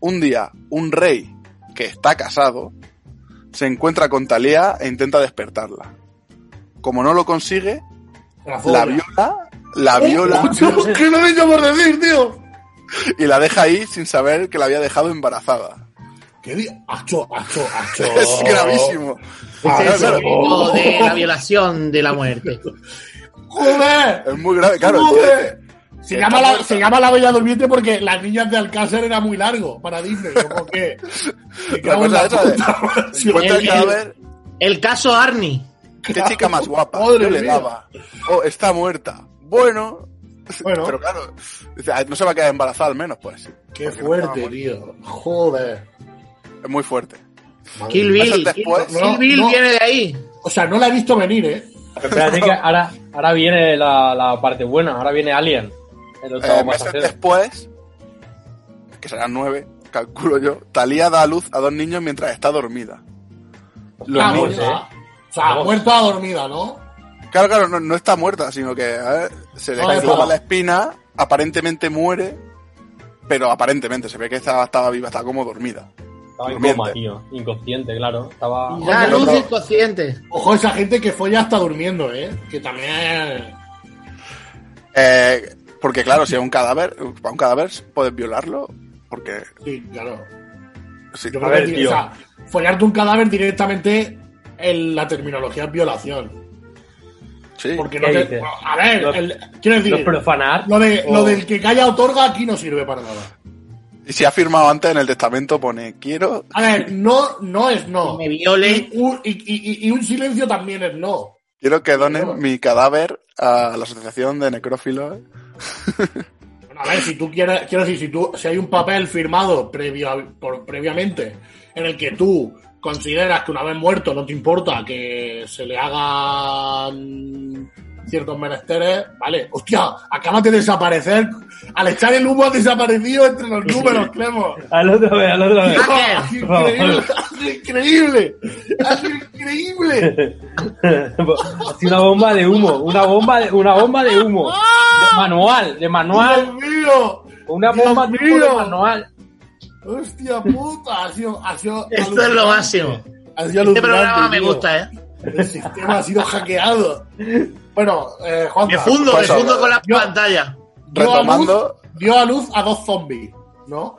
[SPEAKER 3] Un día, un rey que está casado se encuentra con Talía e intenta despertarla. Como no lo consigue, la viola, la
[SPEAKER 1] Oh,
[SPEAKER 3] viola
[SPEAKER 1] [laughs] ¿Qué no me he hecho por decir, tío?
[SPEAKER 3] y la deja ahí sin saber que la había dejado embarazada. [laughs]
[SPEAKER 1] ¿Qué di? Acho, acho, acho.
[SPEAKER 3] Es gravísimo. Ah,
[SPEAKER 1] Claro,
[SPEAKER 4] Es el
[SPEAKER 1] claro.
[SPEAKER 4] ritmo de la violación de la muerte.
[SPEAKER 1] ¡Joder!
[SPEAKER 3] Es muy grave, claro.
[SPEAKER 1] ¡Joder! Se
[SPEAKER 3] Está
[SPEAKER 1] llama, la,
[SPEAKER 3] muerta.
[SPEAKER 1] se llama La Bella Durmiente porque Las Niñas de Alcácer era muy largo para Disney. ¿Cómo que? Me cago en
[SPEAKER 3] cosa esa de- [laughs]
[SPEAKER 1] puta madre.
[SPEAKER 3] Encuentra el
[SPEAKER 4] el-
[SPEAKER 3] cadáver,
[SPEAKER 4] El caso Arnie.
[SPEAKER 3] qué chica más guapa,
[SPEAKER 1] Madre
[SPEAKER 3] yo le
[SPEAKER 1] mía.
[SPEAKER 3] daba. Oh, está muerta. Bueno,
[SPEAKER 1] Bueno.
[SPEAKER 3] pero claro, dice, "Ah, no se va a quedar embarazada al menos, pues.
[SPEAKER 1] ¡Qué
[SPEAKER 3] Porque no
[SPEAKER 1] fuerte,
[SPEAKER 3] estaba
[SPEAKER 1] tío! ¡Joder!
[SPEAKER 3] muerta. Es muy fuerte.
[SPEAKER 1] Madre
[SPEAKER 4] Kill
[SPEAKER 3] Eso
[SPEAKER 4] Bill.
[SPEAKER 3] es después.
[SPEAKER 4] Kill
[SPEAKER 1] No,
[SPEAKER 4] Bill
[SPEAKER 1] no.
[SPEAKER 4] viene de ahí.
[SPEAKER 1] O sea, no la he visto venir, ¿eh?
[SPEAKER 2] Pero espérate que ahora, ahora viene la, la parte buena, ahora viene Alien. El octavo
[SPEAKER 3] Eh, meses
[SPEAKER 2] pasajero.
[SPEAKER 3] después, que serán nueve, calculo yo, Talía da a luz a dos niños mientras está dormida. Los
[SPEAKER 1] Ah,
[SPEAKER 2] Está
[SPEAKER 3] niños-
[SPEAKER 2] muerta.
[SPEAKER 1] muerta. O sea,
[SPEAKER 2] Vamos.
[SPEAKER 1] muerta dormida, ¿no?
[SPEAKER 3] claro, claro, no, no está muerta, sino que a ver, se le
[SPEAKER 1] No, no.
[SPEAKER 3] clava la espina, aparentemente muere, pero aparentemente se ve que estaba, estaba viva, estaba como dormida.
[SPEAKER 2] Estaba en
[SPEAKER 3] Durmiente.
[SPEAKER 2] coma, tío. Inconsciente, claro. Estaba.
[SPEAKER 1] Y
[SPEAKER 4] La
[SPEAKER 1] Bueno,
[SPEAKER 4] luz
[SPEAKER 3] no.
[SPEAKER 4] inconsciente.
[SPEAKER 1] Ojo, esa gente que folla hasta durmiendo, ¿eh? Que también.
[SPEAKER 3] Eh, porque claro, si es un cadáver, para un cadáver puedes violarlo, porque
[SPEAKER 1] Sí, claro.
[SPEAKER 3] si-
[SPEAKER 1] Yo
[SPEAKER 2] A
[SPEAKER 1] creo
[SPEAKER 2] ver,
[SPEAKER 1] que,
[SPEAKER 2] tío.
[SPEAKER 1] O sea, follarte un cadáver directamente en la terminología es violación.
[SPEAKER 3] sí.
[SPEAKER 1] Porque no
[SPEAKER 2] ¿Qué
[SPEAKER 1] te-
[SPEAKER 2] dices?
[SPEAKER 1] A ver,
[SPEAKER 2] Los-
[SPEAKER 1] el- quiero decir.
[SPEAKER 2] Los Oh. profanar.
[SPEAKER 1] Lo, de,
[SPEAKER 2] o-
[SPEAKER 1] lo del que calla otorga aquí no sirve para nada.
[SPEAKER 3] Y si ha firmado antes en el testamento pone quiero
[SPEAKER 1] A ver, no, no es no.
[SPEAKER 4] Me viole.
[SPEAKER 1] Y un, y- y- y- y un silencio también es no.
[SPEAKER 3] quiero que donen
[SPEAKER 1] Pero-
[SPEAKER 3] mi cadáver a la asociación de necrófilos
[SPEAKER 1] Bueno, a ver, si tú quieres, quiero decir, si tú, si hay un papel firmado previo a- por- previamente en el que tú consideras que una vez muerto no te importa que se le hagan ciertos menesteres, vale, hostia, acabas de desaparecer, al echar el humo has desaparecido entre los números, Clemos.
[SPEAKER 2] Al otro vez, al otro vez.
[SPEAKER 1] Es [laughs] increíble, [laughs] es increíble, es increíble.
[SPEAKER 2] Ha sido una bomba de humo, una bomba de, una bomba de humo. De manual, de manual.
[SPEAKER 1] Dios mío,
[SPEAKER 2] Una
[SPEAKER 1] ¡Ah! Dios
[SPEAKER 2] bomba de humo de
[SPEAKER 1] mío.
[SPEAKER 2] manual.
[SPEAKER 1] hostia puta, ha sido, ha sido
[SPEAKER 4] Esto es lo
[SPEAKER 1] alucinante.
[SPEAKER 4] máximo.
[SPEAKER 1] Ha sido
[SPEAKER 4] Este
[SPEAKER 1] alucinante,
[SPEAKER 4] programa me
[SPEAKER 1] tío.
[SPEAKER 4] gusta, ¿eh?
[SPEAKER 1] El sistema ha sido hackeado. Bueno, eh, Juan,
[SPEAKER 4] Me fundo, me
[SPEAKER 3] Pues
[SPEAKER 4] fundo
[SPEAKER 3] ahora,
[SPEAKER 4] con la
[SPEAKER 1] yo-
[SPEAKER 4] pantalla.
[SPEAKER 1] dio, a luz,
[SPEAKER 3] Retomando.
[SPEAKER 1] dio a luz a dos zombies, ¿no?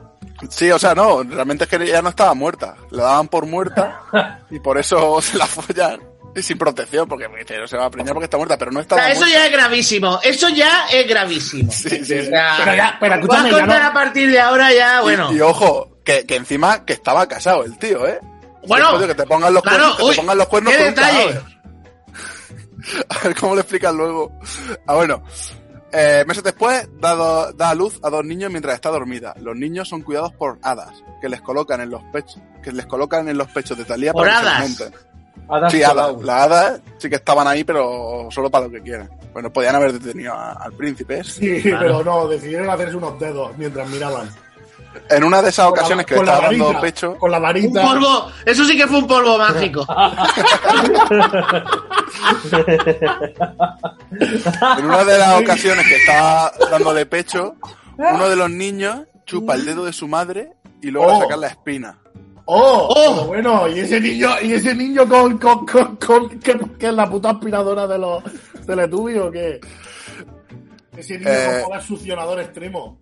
[SPEAKER 3] Sí, o sea, no, realmente es que ya no estaba muerta. La daban por muerta y por eso [laughs] se la follan y sin protección, porque dice, no se va a preñar porque está muerta, pero no
[SPEAKER 4] O
[SPEAKER 3] estaba
[SPEAKER 4] sea, eso
[SPEAKER 3] muerta.
[SPEAKER 4] ya es gravísimo. Eso ya es gravísimo.
[SPEAKER 3] Sí, sí, sí.
[SPEAKER 1] Pero ya, pero
[SPEAKER 4] Voy a
[SPEAKER 1] escúchame, ya
[SPEAKER 4] contar a
[SPEAKER 1] no.
[SPEAKER 4] partir de ahora ya, bueno.
[SPEAKER 3] Y, y ojo, que, que encima que estaba casado el tío, ¿eh?
[SPEAKER 4] Bueno,
[SPEAKER 3] Después de que te pongan los
[SPEAKER 4] claro,
[SPEAKER 3] cuernos, que
[SPEAKER 4] uy,
[SPEAKER 3] te pongan los cuernos
[SPEAKER 4] qué
[SPEAKER 3] con un
[SPEAKER 4] detalle.
[SPEAKER 3] cadáver. [laughs] A ver cómo lo explicas luego. Ah, bueno. Eh, meses después, da, do- da a luz a dos niños mientras está dormida. Los niños son cuidados por hadas, que les colocan en los pechos, que les colocan en los pechos de Talía
[SPEAKER 4] ¿Por
[SPEAKER 3] para que se
[SPEAKER 4] hadas?
[SPEAKER 3] alimenten.
[SPEAKER 2] Hadas
[SPEAKER 3] Sí,
[SPEAKER 2] Colau.
[SPEAKER 3] hadas. Las hadas sí que estaban ahí, pero solo para lo que quieran. Bueno, podían haber detenido a- al príncipe.
[SPEAKER 1] Sí,
[SPEAKER 4] Claro.
[SPEAKER 1] pero no, decidieron hacerse unos dedos mientras miraban.
[SPEAKER 3] En una de esas
[SPEAKER 1] Con la-
[SPEAKER 3] ocasiones que le
[SPEAKER 1] con la
[SPEAKER 3] estaba dando
[SPEAKER 1] varita,
[SPEAKER 3] pecho,
[SPEAKER 1] Con la
[SPEAKER 4] Un
[SPEAKER 1] varita.
[SPEAKER 4] polvo, eso sí que fue un polvo mágico.
[SPEAKER 3] Ah, en una de las ocasiones que estaba dándole pecho, uno de los niños chupa el dedo de su madre y logra
[SPEAKER 1] Oh.
[SPEAKER 3] sacar la espina.
[SPEAKER 1] ¡Oh!
[SPEAKER 4] ¡Oh!
[SPEAKER 1] pero bueno, y ese niño, y ese niño con, con, con, con- que, que es la puta aspiradora de los Teletubbies o qué. Ese niño
[SPEAKER 3] Eh.
[SPEAKER 1] con poder succionador extremo.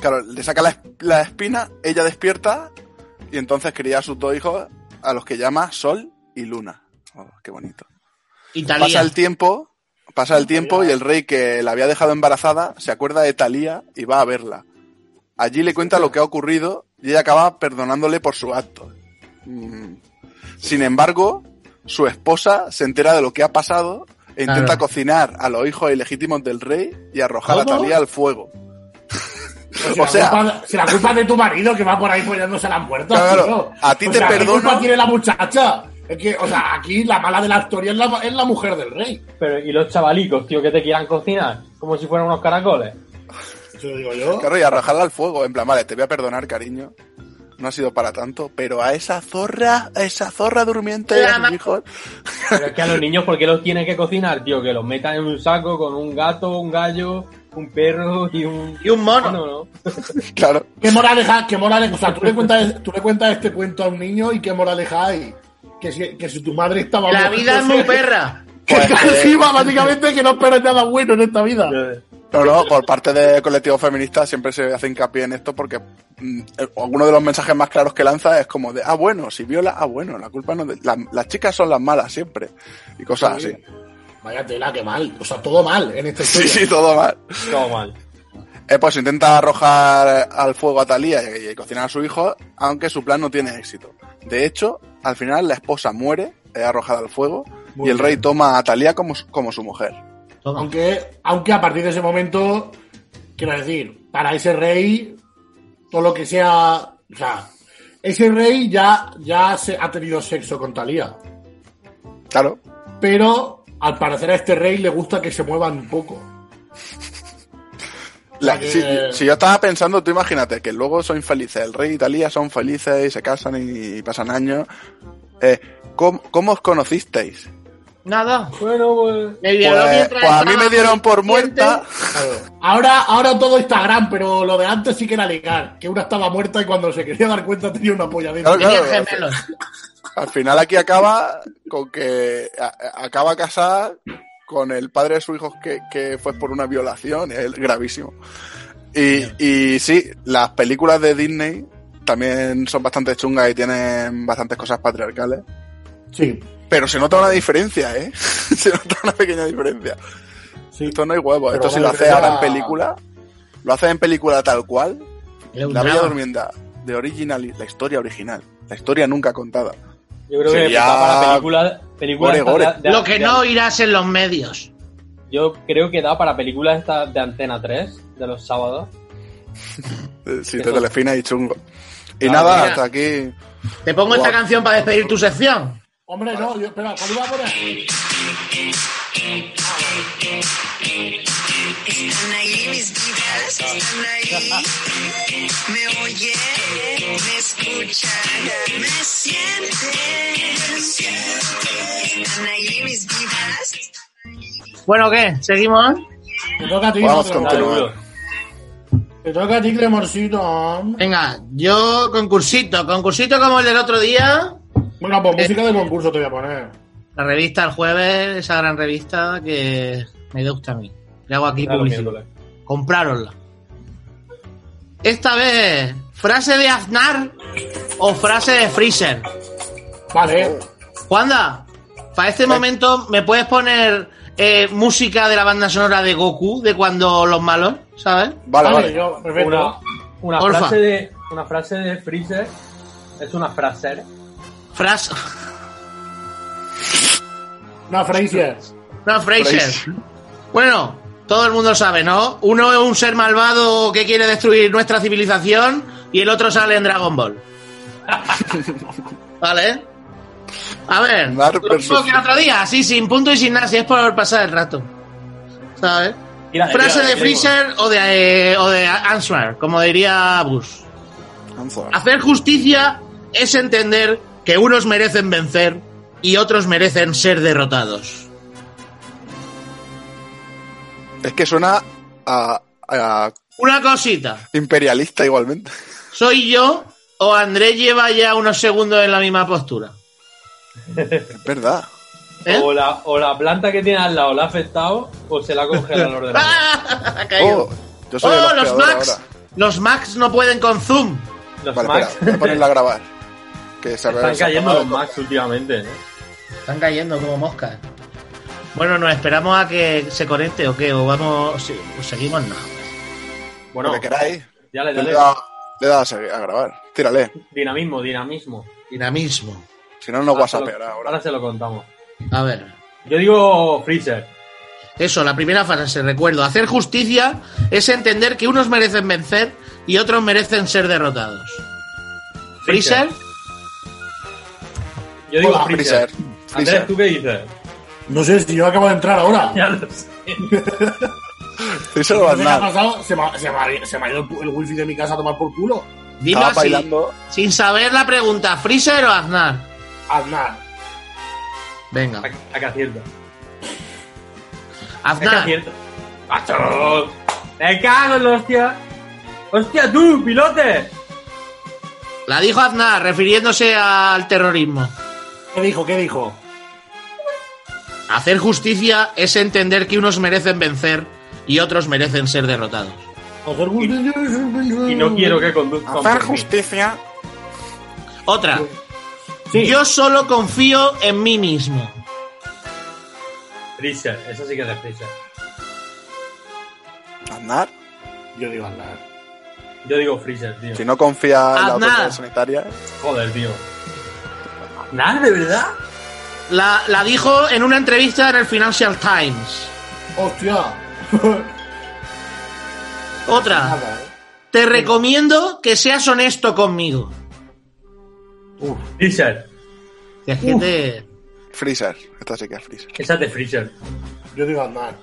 [SPEAKER 3] Claro, le saca la, la espina, ella despierta y entonces cría a sus dos hijos a los que llama Sol y Luna. Oh, qué bonito. Pasa
[SPEAKER 4] Italia.
[SPEAKER 3] el tiempo, pasa el tiempo y el rey que la había dejado embarazada se acuerda de Talía y va a verla. Allí le cuenta lo que ha ocurrido y ella acaba perdonándole por su acto. Mm. Sin embargo, su esposa se entera de lo que ha pasado e intenta
[SPEAKER 4] Claro.
[SPEAKER 3] cocinar a los hijos ilegítimos del rey y arrojar a
[SPEAKER 1] ¿Cómo?
[SPEAKER 3] Talía al fuego.
[SPEAKER 1] Si
[SPEAKER 3] O sea-
[SPEAKER 1] la culpa, si la culpa es de tu marido que va por ahí follándose la muerta.
[SPEAKER 3] Claro,
[SPEAKER 1] tío.
[SPEAKER 3] a ti
[SPEAKER 1] O
[SPEAKER 3] te
[SPEAKER 1] sea, ¿qué
[SPEAKER 3] perdono?
[SPEAKER 1] culpa tiene la muchacha? Es que, o sea, aquí la mala de la historia es la, es la mujer del rey.
[SPEAKER 2] Pero, ¿y los chavalicos, tío, que te quieran cocinar? Como si fueran unos caracoles.
[SPEAKER 1] Eso lo digo yo.
[SPEAKER 3] Claro, y arrojarla al fuego, en plan, vale, te voy a perdonar, cariño. No ha sido para tanto, pero a esa zorra, a esa zorra durmiente, y
[SPEAKER 4] La
[SPEAKER 3] a sus
[SPEAKER 4] ma-
[SPEAKER 3] hijos,
[SPEAKER 2] Pero es que a los niños, ¿por qué los tienen que cocinar, tío? Que los metan en un saco con un gato, un gallo, un perro y un...
[SPEAKER 4] Y un mono.
[SPEAKER 2] No, no.
[SPEAKER 3] claro.
[SPEAKER 1] ¿Qué moraleja? ¿Qué moraleja? O sea, tú le, cuentas, tú le cuentas este cuento a un niño y qué moraleja hay. Que si, que si tu madre estaba...
[SPEAKER 4] La
[SPEAKER 1] muerta,
[SPEAKER 4] vida
[SPEAKER 3] [laughs]
[SPEAKER 4] es muy perra.
[SPEAKER 1] [laughs] Que
[SPEAKER 3] Pues,
[SPEAKER 1] está
[SPEAKER 3] eh,
[SPEAKER 1] encima, básicamente, que no esperes nada bueno en esta vida.
[SPEAKER 3] No, no, por parte del colectivo feminista siempre se hace hincapié en esto porque mm, eh, alguno de los mensajes más claros que lanza es como de, ah, bueno, si viola, ah, bueno, la culpa no es de... la- las chicas son las malas siempre. Y cosas así.
[SPEAKER 1] Vaya tela, qué mal. O sea, todo mal en esta
[SPEAKER 3] Sí,
[SPEAKER 1] historia.
[SPEAKER 3] sí, todo mal.
[SPEAKER 2] Todo mal.
[SPEAKER 3] Eh, pues intenta arrojar al fuego a Talía y, y cocinar a su hijo, aunque su plan no tiene éxito. De hecho, al final la esposa muere, es arrojada al fuego,
[SPEAKER 1] Muy
[SPEAKER 3] y el
[SPEAKER 1] bien.
[SPEAKER 3] rey toma a Talía como, su- como su mujer.
[SPEAKER 4] Toma.
[SPEAKER 1] Aunque, aunque a partir de ese momento, quiero decir, para ese rey, todo lo que sea. O sea, ese rey ya, ya se, ha tenido sexo con Talía.
[SPEAKER 3] Claro.
[SPEAKER 1] Pero al parecer a este rey le gusta que se muevan un poco.
[SPEAKER 3] La-
[SPEAKER 1] O sea
[SPEAKER 3] si,
[SPEAKER 1] que-
[SPEAKER 3] si yo estaba pensando, tú imagínate que luego son infelices, el rey y Talía son felices y se casan y, pasan años. Eh, ¿cómo, cómo os conocisteis?
[SPEAKER 4] Nada.
[SPEAKER 2] Bueno, pues...
[SPEAKER 4] Me
[SPEAKER 3] Pues,
[SPEAKER 4] violó mientras
[SPEAKER 3] pues a mí
[SPEAKER 4] estaba
[SPEAKER 3] me dieron por
[SPEAKER 4] consciente.
[SPEAKER 3] muerta.
[SPEAKER 1] Claro. Ahora, ahora todo Instagram, pero lo de antes sí que era legal. Que una estaba muerta y cuando se quería dar cuenta tenía una polla dentro.
[SPEAKER 3] Claro,
[SPEAKER 4] Tenía
[SPEAKER 3] claro.
[SPEAKER 4] gemelos.
[SPEAKER 3] Al final aquí acaba con que a- a- acaba casada con el padre de su hijo que, que fue por una violación, es gravísimo. Y, y sí, las películas de Disney también son bastante chungas y tienen bastantes cosas patriarcales.
[SPEAKER 1] Sí,
[SPEAKER 3] Pero se nota una diferencia, ¿eh? [laughs] se nota una pequeña diferencia.
[SPEAKER 1] sí.
[SPEAKER 3] Esto no hay huevo.
[SPEAKER 1] Pero
[SPEAKER 3] Esto si
[SPEAKER 1] una
[SPEAKER 3] lo haces ahora en
[SPEAKER 1] diferencia-
[SPEAKER 3] película, lo haces en película tal cual,
[SPEAKER 4] Le
[SPEAKER 3] la Bella
[SPEAKER 4] gustaba.
[SPEAKER 3] Durmienda, de original, la historia original, la historia nunca contada.
[SPEAKER 2] Yo creo que
[SPEAKER 3] Sería-
[SPEAKER 2] da para películas...
[SPEAKER 3] Gore,
[SPEAKER 2] películas estas
[SPEAKER 3] gore.
[SPEAKER 2] de- de-
[SPEAKER 4] Lo que
[SPEAKER 2] de-
[SPEAKER 4] no oirás en los medios.
[SPEAKER 2] Yo creo que da para películas estas de Antena 3, de los sábados.
[SPEAKER 3] Eh, Si te
[SPEAKER 2] Eso.
[SPEAKER 3] telefina y chungo. Y
[SPEAKER 2] Ah,
[SPEAKER 3] nada,
[SPEAKER 4] mira.
[SPEAKER 3] hasta aquí.
[SPEAKER 4] Te pongo esta
[SPEAKER 3] Guau.
[SPEAKER 4] canción para despedir tu sección.
[SPEAKER 1] Hombre, no, yo, espera, ¿cuál iba a poner?
[SPEAKER 5] Están ahí mis vidas, están ahí. Me oyen, me escuchan, me sienten. Están ahí mis vidas.
[SPEAKER 4] Bueno, ¿qué? ¿Seguimos?
[SPEAKER 1] Te toca a ti,
[SPEAKER 3] Vamos,
[SPEAKER 1] Clemorcino.
[SPEAKER 2] Dale,
[SPEAKER 3] Continúa.
[SPEAKER 2] duro.
[SPEAKER 1] Te toca a ti, Clemorcino.
[SPEAKER 3] Eh,
[SPEAKER 4] Venga, yo concursito. Concursito como el del otro día.
[SPEAKER 1] Bueno, pues música de concurso te voy a poner.
[SPEAKER 4] La revista El Jueves, esa gran revista que me gusta a mí. Le hago aquí
[SPEAKER 2] Era los
[SPEAKER 4] publicidad.
[SPEAKER 2] miércoles.
[SPEAKER 4] Comprárosla. Esta vez, frase de Aznar o frase de Freezer.
[SPEAKER 3] eh,
[SPEAKER 1] Vale.
[SPEAKER 4] Juanda, para este momento, ¿me puedes poner eh, música de la banda sonora de Goku, de cuando los malos, ¿sabes?
[SPEAKER 2] Ah,
[SPEAKER 3] Vale, vale.
[SPEAKER 1] yo, perfecto.
[SPEAKER 2] Una, una
[SPEAKER 4] Porfa.
[SPEAKER 2] frase de... Una frase de Freezer es una frase...
[SPEAKER 4] Frase.
[SPEAKER 1] Una Frazier.
[SPEAKER 4] No, Fraser.
[SPEAKER 3] Fraser.
[SPEAKER 4] Bueno, todo el mundo sabe, ¿no? Uno es un ser malvado que quiere destruir nuestra civilización y el otro sale en Dragon Ball. ¿Vale? A ver,
[SPEAKER 3] Mar
[SPEAKER 4] lo
[SPEAKER 3] versus-
[SPEAKER 4] mismo que el otro día, así sin punto y sin nada, si es por pasar el rato. ¿Sabes?
[SPEAKER 2] Tírale,
[SPEAKER 4] Frase
[SPEAKER 2] tírale,
[SPEAKER 4] de
[SPEAKER 2] tírale.
[SPEAKER 4] Freezer o de, eh, o de Answer, como diría Bush.
[SPEAKER 3] Answer.
[SPEAKER 2] Ah.
[SPEAKER 4] Hacer justicia es entender que unos merecen vencer y otros merecen ser derrotados.
[SPEAKER 3] Es que suena a, a
[SPEAKER 4] Una cosita.
[SPEAKER 3] imperialista igualmente. [laughs]
[SPEAKER 4] ¿Soy yo o Andrés lleva ya unos segundos en la misma postura?
[SPEAKER 3] Es verdad.
[SPEAKER 4] ¿Eh?
[SPEAKER 3] Oh,
[SPEAKER 2] O, la, o la planta que tiene al lado la ha afectado o se la ha congelado el ordenador.
[SPEAKER 4] [laughs] [laughs] ¡Ah! Ha caído.
[SPEAKER 3] Oh, yo soy el
[SPEAKER 4] ¡Oh, los
[SPEAKER 3] hosteador
[SPEAKER 4] Max!
[SPEAKER 3] ahora.
[SPEAKER 4] Los Max no pueden con Zoom.
[SPEAKER 2] Los
[SPEAKER 3] Vale,
[SPEAKER 2] Max
[SPEAKER 3] espera, voy a ponerla a grabar. Que se
[SPEAKER 2] están
[SPEAKER 3] se
[SPEAKER 2] cayendo
[SPEAKER 3] acaba
[SPEAKER 2] los
[SPEAKER 3] de-
[SPEAKER 2] Max últimamente. ¿eh?
[SPEAKER 4] Están cayendo como moscas. Bueno, nos esperamos a que se conecte o qué, o vamos, sí, o seguimos, no.
[SPEAKER 3] Lo
[SPEAKER 2] Bueno,
[SPEAKER 3] que queráis.
[SPEAKER 2] ya le
[SPEAKER 3] Yo Le he
[SPEAKER 2] dale.
[SPEAKER 3] dado- le he dado a seguir- a grabar. Tírale.
[SPEAKER 2] Dinamismo, dinamismo.
[SPEAKER 4] Dinamismo.
[SPEAKER 3] Si no, no
[SPEAKER 2] Ahora se lo-
[SPEAKER 3] WhatsApp ahora.
[SPEAKER 2] Ahora se lo contamos.
[SPEAKER 4] A ver.
[SPEAKER 2] Yo digo Freezer.
[SPEAKER 4] Eso, la primera frase, recuerdo. Hacer justicia es entender que unos merecen vencer y otros merecen ser derrotados. Freezer,
[SPEAKER 2] Yo digo
[SPEAKER 1] Hola,
[SPEAKER 3] Freezer.
[SPEAKER 2] Freezer. Andrés,
[SPEAKER 3] Freezer.
[SPEAKER 2] ¿tú qué dices? [laughs]
[SPEAKER 1] No sé si yo acabo de entrar ahora. Pues
[SPEAKER 2] Ya lo sé.
[SPEAKER 1] No sé
[SPEAKER 3] Freezer
[SPEAKER 1] qué ha
[SPEAKER 2] [laughs]
[SPEAKER 3] Bandal.
[SPEAKER 1] pasado, se me ha- se me ha- se me ha ido el, el wifi de mi casa a tomar por culo.
[SPEAKER 4] dilo
[SPEAKER 3] Estaba
[SPEAKER 4] así,
[SPEAKER 3] bailando.
[SPEAKER 4] sin saber la pregunta, ¿Freezer o Aznar?
[SPEAKER 1] Aznar.
[SPEAKER 4] Venga,
[SPEAKER 2] A- a que acierta. Es que
[SPEAKER 4] Aznar.
[SPEAKER 2] acierta. ¡Macho! ¡Me cago en la hostia! ¡Hostia, tú, pilote!
[SPEAKER 4] La dijo Aznar, refiriéndose al terrorismo.
[SPEAKER 1] ¿Qué dijo? ¿Qué dijo?
[SPEAKER 4] Hacer justicia es entender que unos merecen vencer y otros merecen ser derrotados.
[SPEAKER 1] Hacer
[SPEAKER 2] Y
[SPEAKER 1] Mm.
[SPEAKER 2] no quiero que conduzca. un
[SPEAKER 3] Hacer
[SPEAKER 2] Ferrari.
[SPEAKER 3] justicia.
[SPEAKER 4] Otra.
[SPEAKER 1] Sí.
[SPEAKER 4] Yo solo confío en mí mismo.
[SPEAKER 2] Freezer, eso sí que es de Freezer.
[SPEAKER 3] Aznar.
[SPEAKER 1] Yo digo Aznar.
[SPEAKER 2] Yo digo Freezer, tío.
[SPEAKER 3] Si no confía en la
[SPEAKER 4] Aznar.
[SPEAKER 3] autoridad sanitaria.
[SPEAKER 2] Joder, tío. ¿Nada, de verdad?
[SPEAKER 4] La, la dijo en una entrevista en el Financial Times.
[SPEAKER 1] ¡Hostia! [laughs]
[SPEAKER 4] Otra.
[SPEAKER 1] Nada, eh.
[SPEAKER 4] Te recomiendo que seas honesto conmigo.
[SPEAKER 1] Uf.
[SPEAKER 2] Freezer.
[SPEAKER 4] Que es que te-
[SPEAKER 3] Freezer. Esta sí que es Freezer.
[SPEAKER 2] Esa es de Freezer.
[SPEAKER 1] Yo digo Aznar.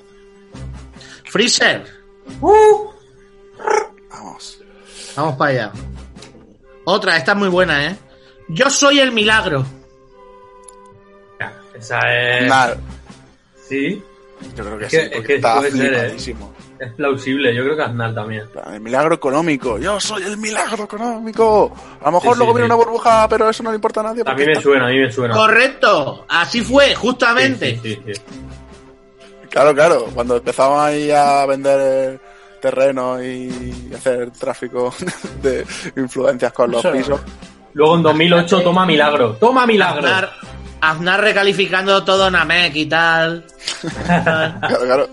[SPEAKER 4] Freezer.
[SPEAKER 3] Vamos.
[SPEAKER 4] Vamos para allá. Otra, esta es muy buena, ¿eh? Yo soy el milagro.
[SPEAKER 2] Ya, Esa es...
[SPEAKER 3] Aznar.
[SPEAKER 2] Sí,
[SPEAKER 3] Yo creo que
[SPEAKER 2] es que-
[SPEAKER 3] sí.
[SPEAKER 2] es
[SPEAKER 3] Porque
[SPEAKER 2] que
[SPEAKER 3] está
[SPEAKER 2] puede ser, ¿eh?
[SPEAKER 3] flipadísimo.
[SPEAKER 2] es plausible. Yo creo que Aznar también.
[SPEAKER 3] El milagro económico. Yo soy el milagro económico. A lo mejor
[SPEAKER 2] Sí,
[SPEAKER 3] luego viene
[SPEAKER 2] sí, sí.
[SPEAKER 3] una burbuja, pero eso no le importa a nadie.
[SPEAKER 2] A mí
[SPEAKER 3] porque
[SPEAKER 2] me
[SPEAKER 3] está-
[SPEAKER 2] suena, a mí me suena.
[SPEAKER 4] Correcto. Así fue,
[SPEAKER 2] Sí, sí,
[SPEAKER 4] justamente.
[SPEAKER 2] sí, sí.
[SPEAKER 3] Claro, claro. Cuando empezamos ahí a vender terreno y hacer tráfico [laughs] de influencias con los
[SPEAKER 1] Eso.
[SPEAKER 3] pisos.
[SPEAKER 2] Luego en 2008 toma Milagro. ¡Toma Milagro!
[SPEAKER 4] Aznar, Aznar recalificando todo Namek y tal.
[SPEAKER 3] Claro, claro.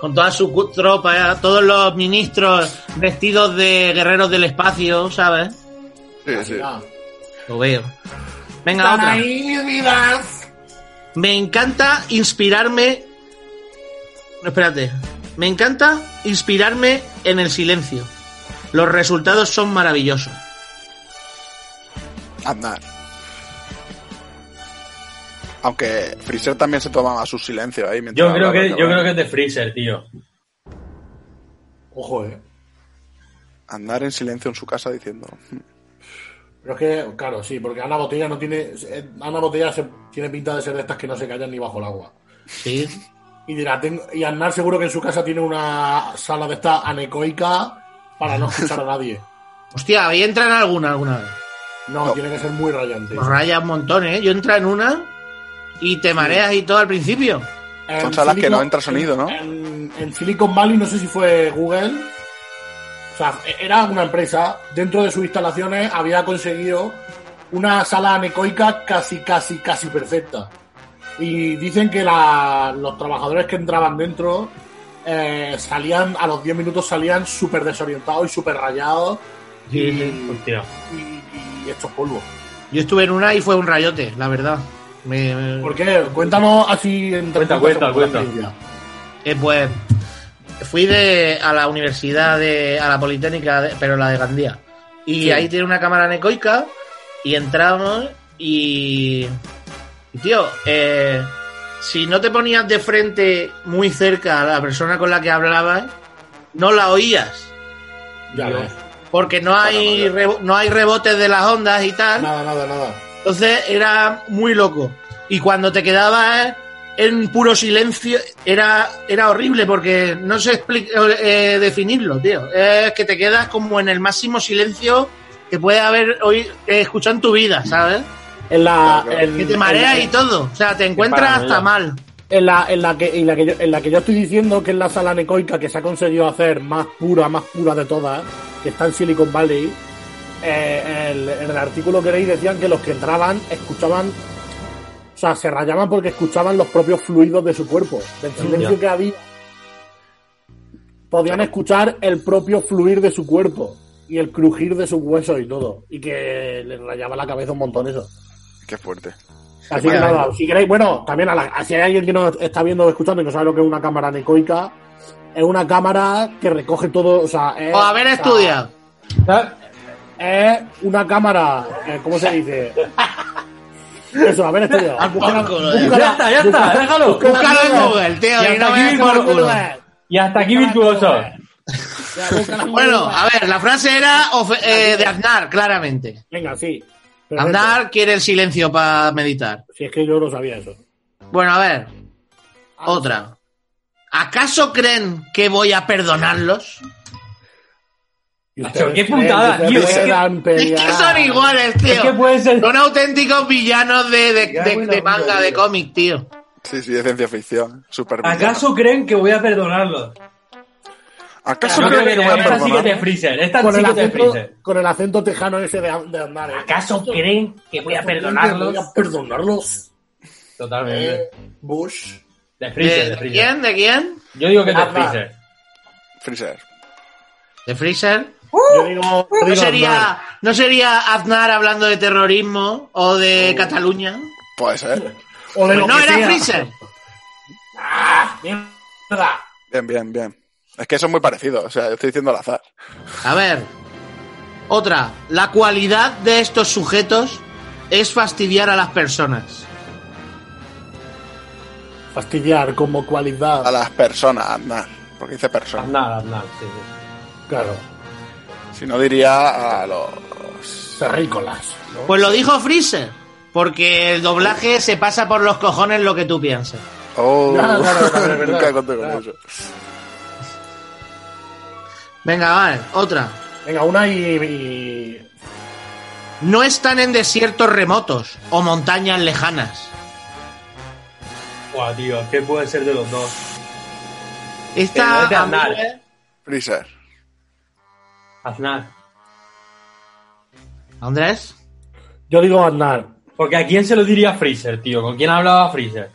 [SPEAKER 4] con toda su cu- tropa, eh, todos los ministros vestidos de guerreros del espacio, ¿sabes?
[SPEAKER 3] Sí, sí.
[SPEAKER 1] Ah.
[SPEAKER 4] Lo veo. Venga, otra. Me encanta inspirarme. No, espérate. Me encanta inspirarme en el silencio. Los resultados son maravillosos.
[SPEAKER 3] Aznar. Aunque Freezer también se tomaba su silencio ahí. Mientras
[SPEAKER 2] Yo creo
[SPEAKER 3] hablaba,
[SPEAKER 2] que, yo
[SPEAKER 3] bueno.
[SPEAKER 2] creo que es de Freezer, tío.
[SPEAKER 1] Ojo, eh.
[SPEAKER 3] Andar en silencio en su casa diciendo.
[SPEAKER 1] Pero es que, claro, sí, porque Ana Botella no tiene. eh, Ana Botella se- tiene pinta de ser de estas que no se callan ni bajo el agua.
[SPEAKER 4] Sí.
[SPEAKER 1] Y dirá, tengo- y Aznar seguro que en su casa tiene una sala de esta anecoica para no escuchar a nadie.
[SPEAKER 4] Hostia, ahí entran alguna alguna vez.
[SPEAKER 1] No,
[SPEAKER 3] No.
[SPEAKER 1] tiene que ser muy rayante.
[SPEAKER 4] Nos raya un montón, ¿eh? Yo entra en una y te mareas y todo al principio.
[SPEAKER 1] En
[SPEAKER 3] Son salas que
[SPEAKER 1] Silicon-
[SPEAKER 3] no entra sonido, ¿no?
[SPEAKER 1] En, en Silicon Valley, no sé si fue Google. O sea, e- era una empresa. Dentro de sus instalaciones había conseguido una sala anecoica casi, casi, casi perfecta. Y dicen que la- los trabajadores que entraban dentro eh, salían, a los 10 minutos salían súper desorientados y súper rayados. Y,
[SPEAKER 4] Sí, sí.
[SPEAKER 2] Hostia.
[SPEAKER 1] y- y estos polvos.
[SPEAKER 4] Yo estuve en una y fue un rayote, la verdad. Me- me-
[SPEAKER 1] ¿Por qué? Cuéntanos así en
[SPEAKER 2] Cuenta,
[SPEAKER 1] 30
[SPEAKER 2] cuenta,
[SPEAKER 1] segundos
[SPEAKER 2] cuenta.
[SPEAKER 1] la experiencia.
[SPEAKER 4] Eh, pues fui de, a la universidad, de, a la Politécnica, de- pero la de Gandía. Y ahí tiene una cámara anecoica y entramos y... y, tío, eh, si no te ponías de frente muy cerca a la persona con la que hablabas, no la oías.
[SPEAKER 1] Ya
[SPEAKER 4] Yo-
[SPEAKER 1] ves.
[SPEAKER 4] Porque no hay, rebo- no hay rebotes de las ondas y tal.
[SPEAKER 1] Nada, nada, nada.
[SPEAKER 4] Entonces era muy loco. Y cuando te quedabas en puro silencio, era, era horrible porque no sé expli- eh, definirlo, tío. Es que te quedas como en el máximo silencio que puede haber hoy eh, escuchado en tu vida, ¿sabes?
[SPEAKER 1] En la,
[SPEAKER 3] Claro.
[SPEAKER 1] en-
[SPEAKER 4] Que te mareas
[SPEAKER 1] en-
[SPEAKER 4] y todo. O sea, te encuentras
[SPEAKER 2] paranoia.
[SPEAKER 4] hasta mal.
[SPEAKER 1] En la, en, la que, en, la que yo, en la que yo estoy diciendo que es la sala anecoica que se ha conseguido hacer más pura, más pura de todas, que está en Silicon Valley, eh, el- en el artículo que leí decían que los que entraban escuchaban, o sea, se rayaban porque escuchaban los propios fluidos de su cuerpo, del silencio que había. Podían escuchar el propio fluir de su cuerpo y el crujir de sus huesos y todo, y que les rayaba la cabeza un montón eso.
[SPEAKER 3] Qué fuerte.
[SPEAKER 1] Así que nada, si queréis, bueno, también a la- a si hay alguien que nos está viendo o escuchando y no sabe lo que es una cámara anecoica, es una cámara que recoge todo, o sea, es,
[SPEAKER 4] O haber
[SPEAKER 1] o sea,
[SPEAKER 4] estudiado.
[SPEAKER 1] es una cámara, eh, ¿cómo se
[SPEAKER 4] [laughs]
[SPEAKER 1] dice? Eso, haber estudiado.
[SPEAKER 4] Al porco, lo de-
[SPEAKER 2] Ya está, ya está, déjalo.
[SPEAKER 4] Búscalo en Google, tío, y no
[SPEAKER 1] hasta
[SPEAKER 4] me
[SPEAKER 1] aquí
[SPEAKER 4] des por
[SPEAKER 1] Virtuoso.
[SPEAKER 4] culo.
[SPEAKER 2] Y hasta aquí, virtuosos.
[SPEAKER 1] Ya, búscala en
[SPEAKER 4] Bueno,
[SPEAKER 1] Google.
[SPEAKER 4] a ver, la frase era ofe- eh, de Aznar, claramente.
[SPEAKER 1] Venga, sí. Perfecto.
[SPEAKER 4] Aznar quiere el silencio para meditar.
[SPEAKER 1] Si es que yo no sabía eso.
[SPEAKER 4] Bueno, a ver,
[SPEAKER 2] Ah.
[SPEAKER 4] Otra. ¿Acaso creen que voy a perdonarlos?
[SPEAKER 1] Y
[SPEAKER 2] Macho,
[SPEAKER 1] ustedes
[SPEAKER 2] qué puntada,
[SPEAKER 1] creen que se
[SPEAKER 2] tío, es que-
[SPEAKER 1] puedan
[SPEAKER 4] Es que
[SPEAKER 1] pelear.
[SPEAKER 4] son iguales,
[SPEAKER 2] Es que
[SPEAKER 4] tío.
[SPEAKER 2] puede ser.
[SPEAKER 4] Son auténticos villanos de, de,
[SPEAKER 6] Ya,
[SPEAKER 4] de-
[SPEAKER 6] buena
[SPEAKER 4] de
[SPEAKER 6] onda,
[SPEAKER 4] manga, de
[SPEAKER 6] tío.
[SPEAKER 4] cómic, tío.
[SPEAKER 3] Sí, sí, de ciencia ficción. Super
[SPEAKER 6] ¿Acaso creen que voy a perdonarlos?
[SPEAKER 3] ¿Acaso
[SPEAKER 2] Yo creo
[SPEAKER 3] creen
[SPEAKER 2] que
[SPEAKER 3] que voy a
[SPEAKER 2] esta sí que
[SPEAKER 3] perdonar?
[SPEAKER 2] te freezer. Esta
[SPEAKER 1] con
[SPEAKER 2] sí
[SPEAKER 1] el,
[SPEAKER 2] que te
[SPEAKER 1] acento,
[SPEAKER 2] freezer.
[SPEAKER 1] con el acento tejano ese de, de andar. ¿eh?
[SPEAKER 2] ¿Acaso creen que voy a
[SPEAKER 1] Voy a perdonarlos. Eh,
[SPEAKER 2] Totalmente.
[SPEAKER 6] Bush.
[SPEAKER 2] De freezer, de
[SPEAKER 4] ¿De, de
[SPEAKER 2] freezer.
[SPEAKER 4] quién? ¿De quién?
[SPEAKER 2] Yo digo que de
[SPEAKER 1] Hazla.
[SPEAKER 2] freezer.
[SPEAKER 3] Freezer.
[SPEAKER 4] ¿De Freezer?
[SPEAKER 1] Yo digo, yo
[SPEAKER 4] ¿No
[SPEAKER 1] digo
[SPEAKER 4] sería,
[SPEAKER 1] Aznar.
[SPEAKER 4] ¿No sería Aznar hablando de terrorismo o de Cataluña?
[SPEAKER 3] Puede
[SPEAKER 2] [laughs]
[SPEAKER 3] ser.
[SPEAKER 1] O de
[SPEAKER 4] Pues
[SPEAKER 1] lo
[SPEAKER 4] no,
[SPEAKER 1] que
[SPEAKER 4] era
[SPEAKER 1] sea.
[SPEAKER 4] Freezer.
[SPEAKER 1] Mierda.
[SPEAKER 3] Bien, bien, bien. Es que son muy parecidos. O sea, yo estoy diciendo al azar.
[SPEAKER 4] A ver. Otra. La cualidad de estos sujetos es fastidiar a las personas.
[SPEAKER 1] Fastidiar como cualidad.
[SPEAKER 3] A las personas, andar. Porque dice persona.
[SPEAKER 2] Aznar, Aznar, sí, sí.
[SPEAKER 1] Claro.
[SPEAKER 3] Si no diría a los.
[SPEAKER 1] Terrícolas. ¿no?
[SPEAKER 4] Pues lo dijo Freezer. Porque el doblaje se pasa por los cojones lo que tú piensas.
[SPEAKER 3] Oh,
[SPEAKER 1] Ya, claro,
[SPEAKER 3] [laughs]
[SPEAKER 1] claro, es verdad.
[SPEAKER 3] nunca conté con
[SPEAKER 1] Claro.
[SPEAKER 3] eso.
[SPEAKER 4] Venga, vale, otra.
[SPEAKER 1] Venga, una y, y-
[SPEAKER 4] No están en desiertos remotos o montañas lejanas.
[SPEAKER 2] Buah, tío, ¿qué puede ser de los dos? Pero
[SPEAKER 4] Esta
[SPEAKER 2] Eh, es de
[SPEAKER 4] a mí
[SPEAKER 2] Aznar.
[SPEAKER 4] me-
[SPEAKER 3] Freezer.
[SPEAKER 2] Aznar.
[SPEAKER 4] Andrés,
[SPEAKER 1] Yo digo Aznar.
[SPEAKER 2] Porque a quién se lo diría Freezer, tío. ¿Con quién hablaba Freezer?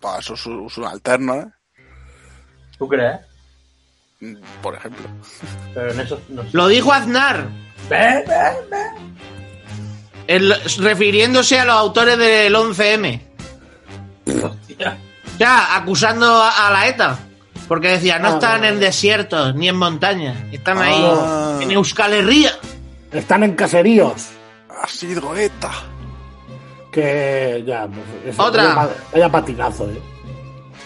[SPEAKER 3] Para su, su, su alterno, ¿eh?
[SPEAKER 2] ¿Tú crees?
[SPEAKER 3] Mm, Por ejemplo.
[SPEAKER 2] Pero en eso no sé.
[SPEAKER 4] lo dijo Aznar,
[SPEAKER 2] ¿Ves? ¿Ves?
[SPEAKER 4] el- refiriéndose a los autores del 11M.
[SPEAKER 2] Hostia.
[SPEAKER 4] O sea, acusando a, a la ETA. Porque decía, no
[SPEAKER 1] Ah,
[SPEAKER 4] están
[SPEAKER 1] vale.
[SPEAKER 4] en desiertos ni en montañas. Están
[SPEAKER 3] Ah.
[SPEAKER 4] ahí en Euskal Herria.
[SPEAKER 1] Están en caseríos.
[SPEAKER 3] Ha sido ETA.
[SPEAKER 1] Que ya. pues, eso, Vaya,
[SPEAKER 4] Otra.
[SPEAKER 1] pa- vaya patinazo, eh.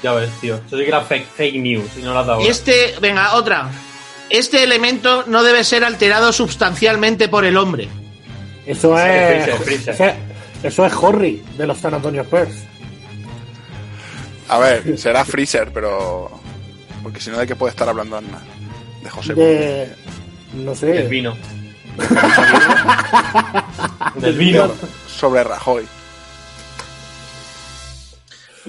[SPEAKER 2] Ya ves, tío. Eso sí que era fake, fake news y no la has dado.
[SPEAKER 4] Y este, venga, otra. Este elemento no debe ser alterado sustancialmente por el hombre.
[SPEAKER 1] Eso es.
[SPEAKER 2] Freezer, Freezer.
[SPEAKER 1] ese- Eso es Horry de los San Antonio Spurs.
[SPEAKER 3] A
[SPEAKER 2] [laughs]
[SPEAKER 3] ver, será Freezer, pero. Porque si no, ¿de qué puede estar hablando Aznar? De José
[SPEAKER 1] De. No
[SPEAKER 2] Del [laughs]
[SPEAKER 1] sé.
[SPEAKER 2] vino. Del vino.
[SPEAKER 3] Bundesliga sobre Rajoy.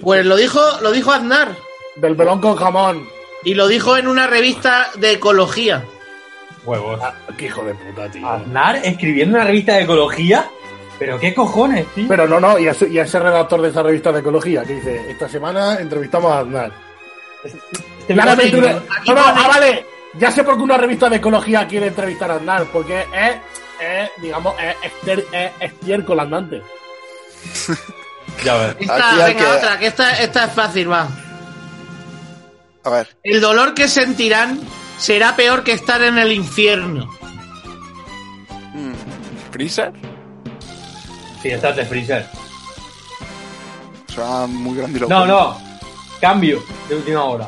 [SPEAKER 4] Pues lo dijo, lo dijo Aznar.
[SPEAKER 1] Del velón con jamón.
[SPEAKER 4] Y lo dijo en una revista de ecología.
[SPEAKER 2] Huevos.
[SPEAKER 1] Ah, qué hijo de puta, tío.
[SPEAKER 2] Aznar escribiendo una revista de ecología. Pero qué cojones, tío.
[SPEAKER 1] Pero no, no, y a, ese, y a ese redactor de esa revista de ecología que dice, esta semana entrevistamos a Aznar.
[SPEAKER 2] Este
[SPEAKER 1] Claramente
[SPEAKER 2] vino-
[SPEAKER 1] una-
[SPEAKER 4] aquí
[SPEAKER 1] No, no,
[SPEAKER 4] pone-
[SPEAKER 1] ah, vale, ya sé por qué una revista de ecología quiere entrevistar a Aznar, porque es, es, digamos, es, ester- es estiércol andante.
[SPEAKER 2] Ya ves.
[SPEAKER 4] Esta,
[SPEAKER 3] Aquí hay
[SPEAKER 4] venga,
[SPEAKER 3] que-
[SPEAKER 4] otra, que esta, esta es fácil, va.
[SPEAKER 3] A ver,
[SPEAKER 4] El dolor que sentirán será peor que estar en el infierno.
[SPEAKER 3] mm, Freezer
[SPEAKER 2] Sí, estás de Freezer.
[SPEAKER 3] suena muy grandilocuente.
[SPEAKER 2] No, no. Cambio de última hora.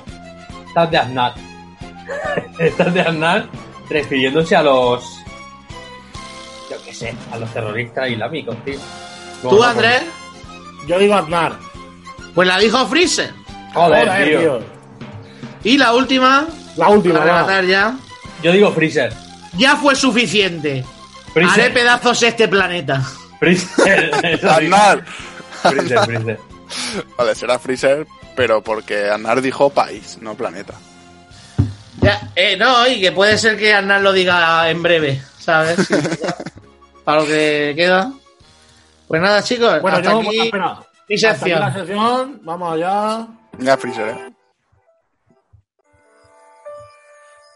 [SPEAKER 2] Estás de Aznar. [laughs] Estás de Aznar refiriéndose a los. Yo qué sé, a los terroristas islámicos, tío. Bueno,
[SPEAKER 4] ¿Tú,
[SPEAKER 2] pues-
[SPEAKER 4] Andrés?
[SPEAKER 1] Yo digo Aznar.
[SPEAKER 4] Pues la dijo Freezer.
[SPEAKER 2] pues, Joder, tío.
[SPEAKER 4] Y la última,
[SPEAKER 1] La última,
[SPEAKER 4] para
[SPEAKER 1] va.
[SPEAKER 4] rematar ya.
[SPEAKER 2] Yo digo Freezer.
[SPEAKER 4] Ya fue suficiente. Haré
[SPEAKER 2] Freezer.
[SPEAKER 4] pedazos este planeta.
[SPEAKER 2] Freezer. [laughs] Eso sí.
[SPEAKER 3] Aznar.
[SPEAKER 2] Freezer, Freezer.
[SPEAKER 3] Vale, será Freezer, pero porque Aznar dijo país, no planeta.
[SPEAKER 4] Ya, eh, no, y que puede ser que Hernán lo diga en breve, [laughs] ¿sabes? Para lo que queda. Pues nada, chicos.
[SPEAKER 1] Bueno,
[SPEAKER 4] hasta
[SPEAKER 1] yo,
[SPEAKER 4] aquí
[SPEAKER 1] espera.
[SPEAKER 4] mi
[SPEAKER 1] Hasta aquí
[SPEAKER 4] sección.
[SPEAKER 1] la sesión, vamos allá.
[SPEAKER 3] Venga, Freezer, ¿eh?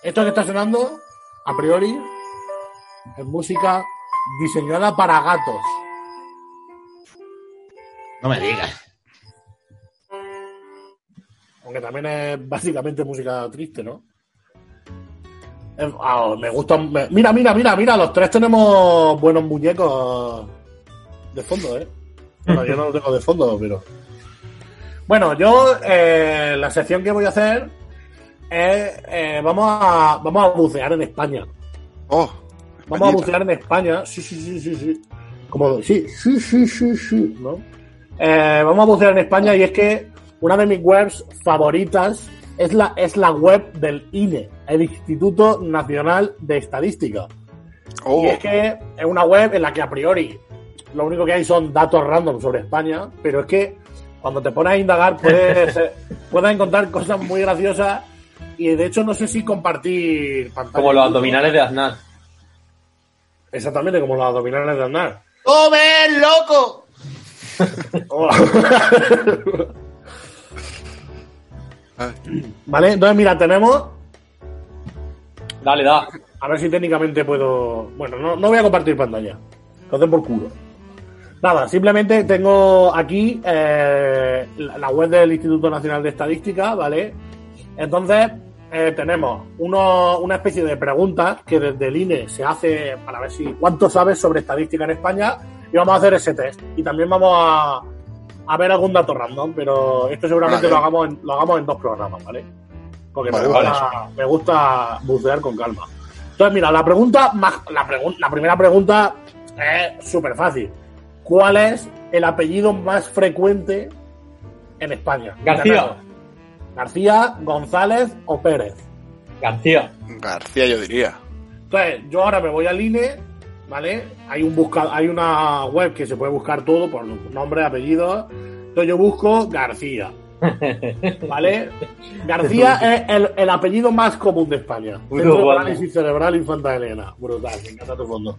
[SPEAKER 1] Esto que está sonando, a priori, es música diseñada para gatos.
[SPEAKER 4] No me digas.
[SPEAKER 1] Aunque también es básicamente música triste, ¿no? Es- ah, me gustan. me- mira, mira, mira, mira, los tres tenemos buenos muñecos de fondo, ¿eh? Bueno, yo no los tengo de fondo, pero. Bueno, yo eh, la sección que voy a hacer es. eh, vamos, a, vamos a bucear en España.
[SPEAKER 3] Oh,
[SPEAKER 1] Vamos a
[SPEAKER 3] Españita.
[SPEAKER 1] bucear en España. Sí, sí, sí, sí, sí. Como sí, sí, sí, sí, sí, ¿no? Eh, vamos a bucear en España y es que una de mis webs favoritas es la, es la web del INE, el Instituto Nacional de Estadística.
[SPEAKER 3] Oh,
[SPEAKER 1] Y es que es una web en la que a priori lo único que hay son datos random sobre España, pero es que cuando te pones a indagar puedes,
[SPEAKER 2] [laughs]
[SPEAKER 1] eh, puedes encontrar cosas muy graciosas y de hecho no sé si compartir pantalla.
[SPEAKER 2] Como los abdominales de Aznar.
[SPEAKER 1] Exactamente, como los abdominales de Aznar.
[SPEAKER 4] ¡Come, loco!
[SPEAKER 1] [laughs] vale, entonces mira, tenemos.
[SPEAKER 2] Dale, da.
[SPEAKER 1] A ver si técnicamente puedo. Bueno, no, no voy a compartir pantalla. Lo den por culo. Nada, simplemente tengo aquí eh, la la web del Instituto Nacional de Estadística, ¿vale? Entonces, eh, tenemos uno- una especie de preguntas que desde el INE se hace para ver si cuánto sabes sobre estadística en España y vamos a hacer ese test. Y también vamos a, a ver algún dato random, pero esto seguramente
[SPEAKER 3] Vale.
[SPEAKER 1] lo, hagamos en, lo hagamos en dos programas, ¿vale? Porque
[SPEAKER 3] Vale,
[SPEAKER 1] me, gusta, me gusta bucear con calma. Entonces, mira, la pregunta, más- la, pregun- la primera pregunta es súper fácil. ¿Cuál es el apellido más frecuente en España?
[SPEAKER 2] García.
[SPEAKER 1] García, González o Pérez.
[SPEAKER 2] García.
[SPEAKER 3] García, yo diría.
[SPEAKER 1] Entonces, yo ahora me voy al INE, ¿vale? Hay un busca, hay una web que se puede buscar todo por nombre, apellido. Entonces yo busco García. ¿Vale? García es el, el apellido más común de España.
[SPEAKER 2] Muy
[SPEAKER 1] Centro de
[SPEAKER 2] guapo.
[SPEAKER 1] análisis cerebral Infanta Elena. Brutal, me encanta tu fondo.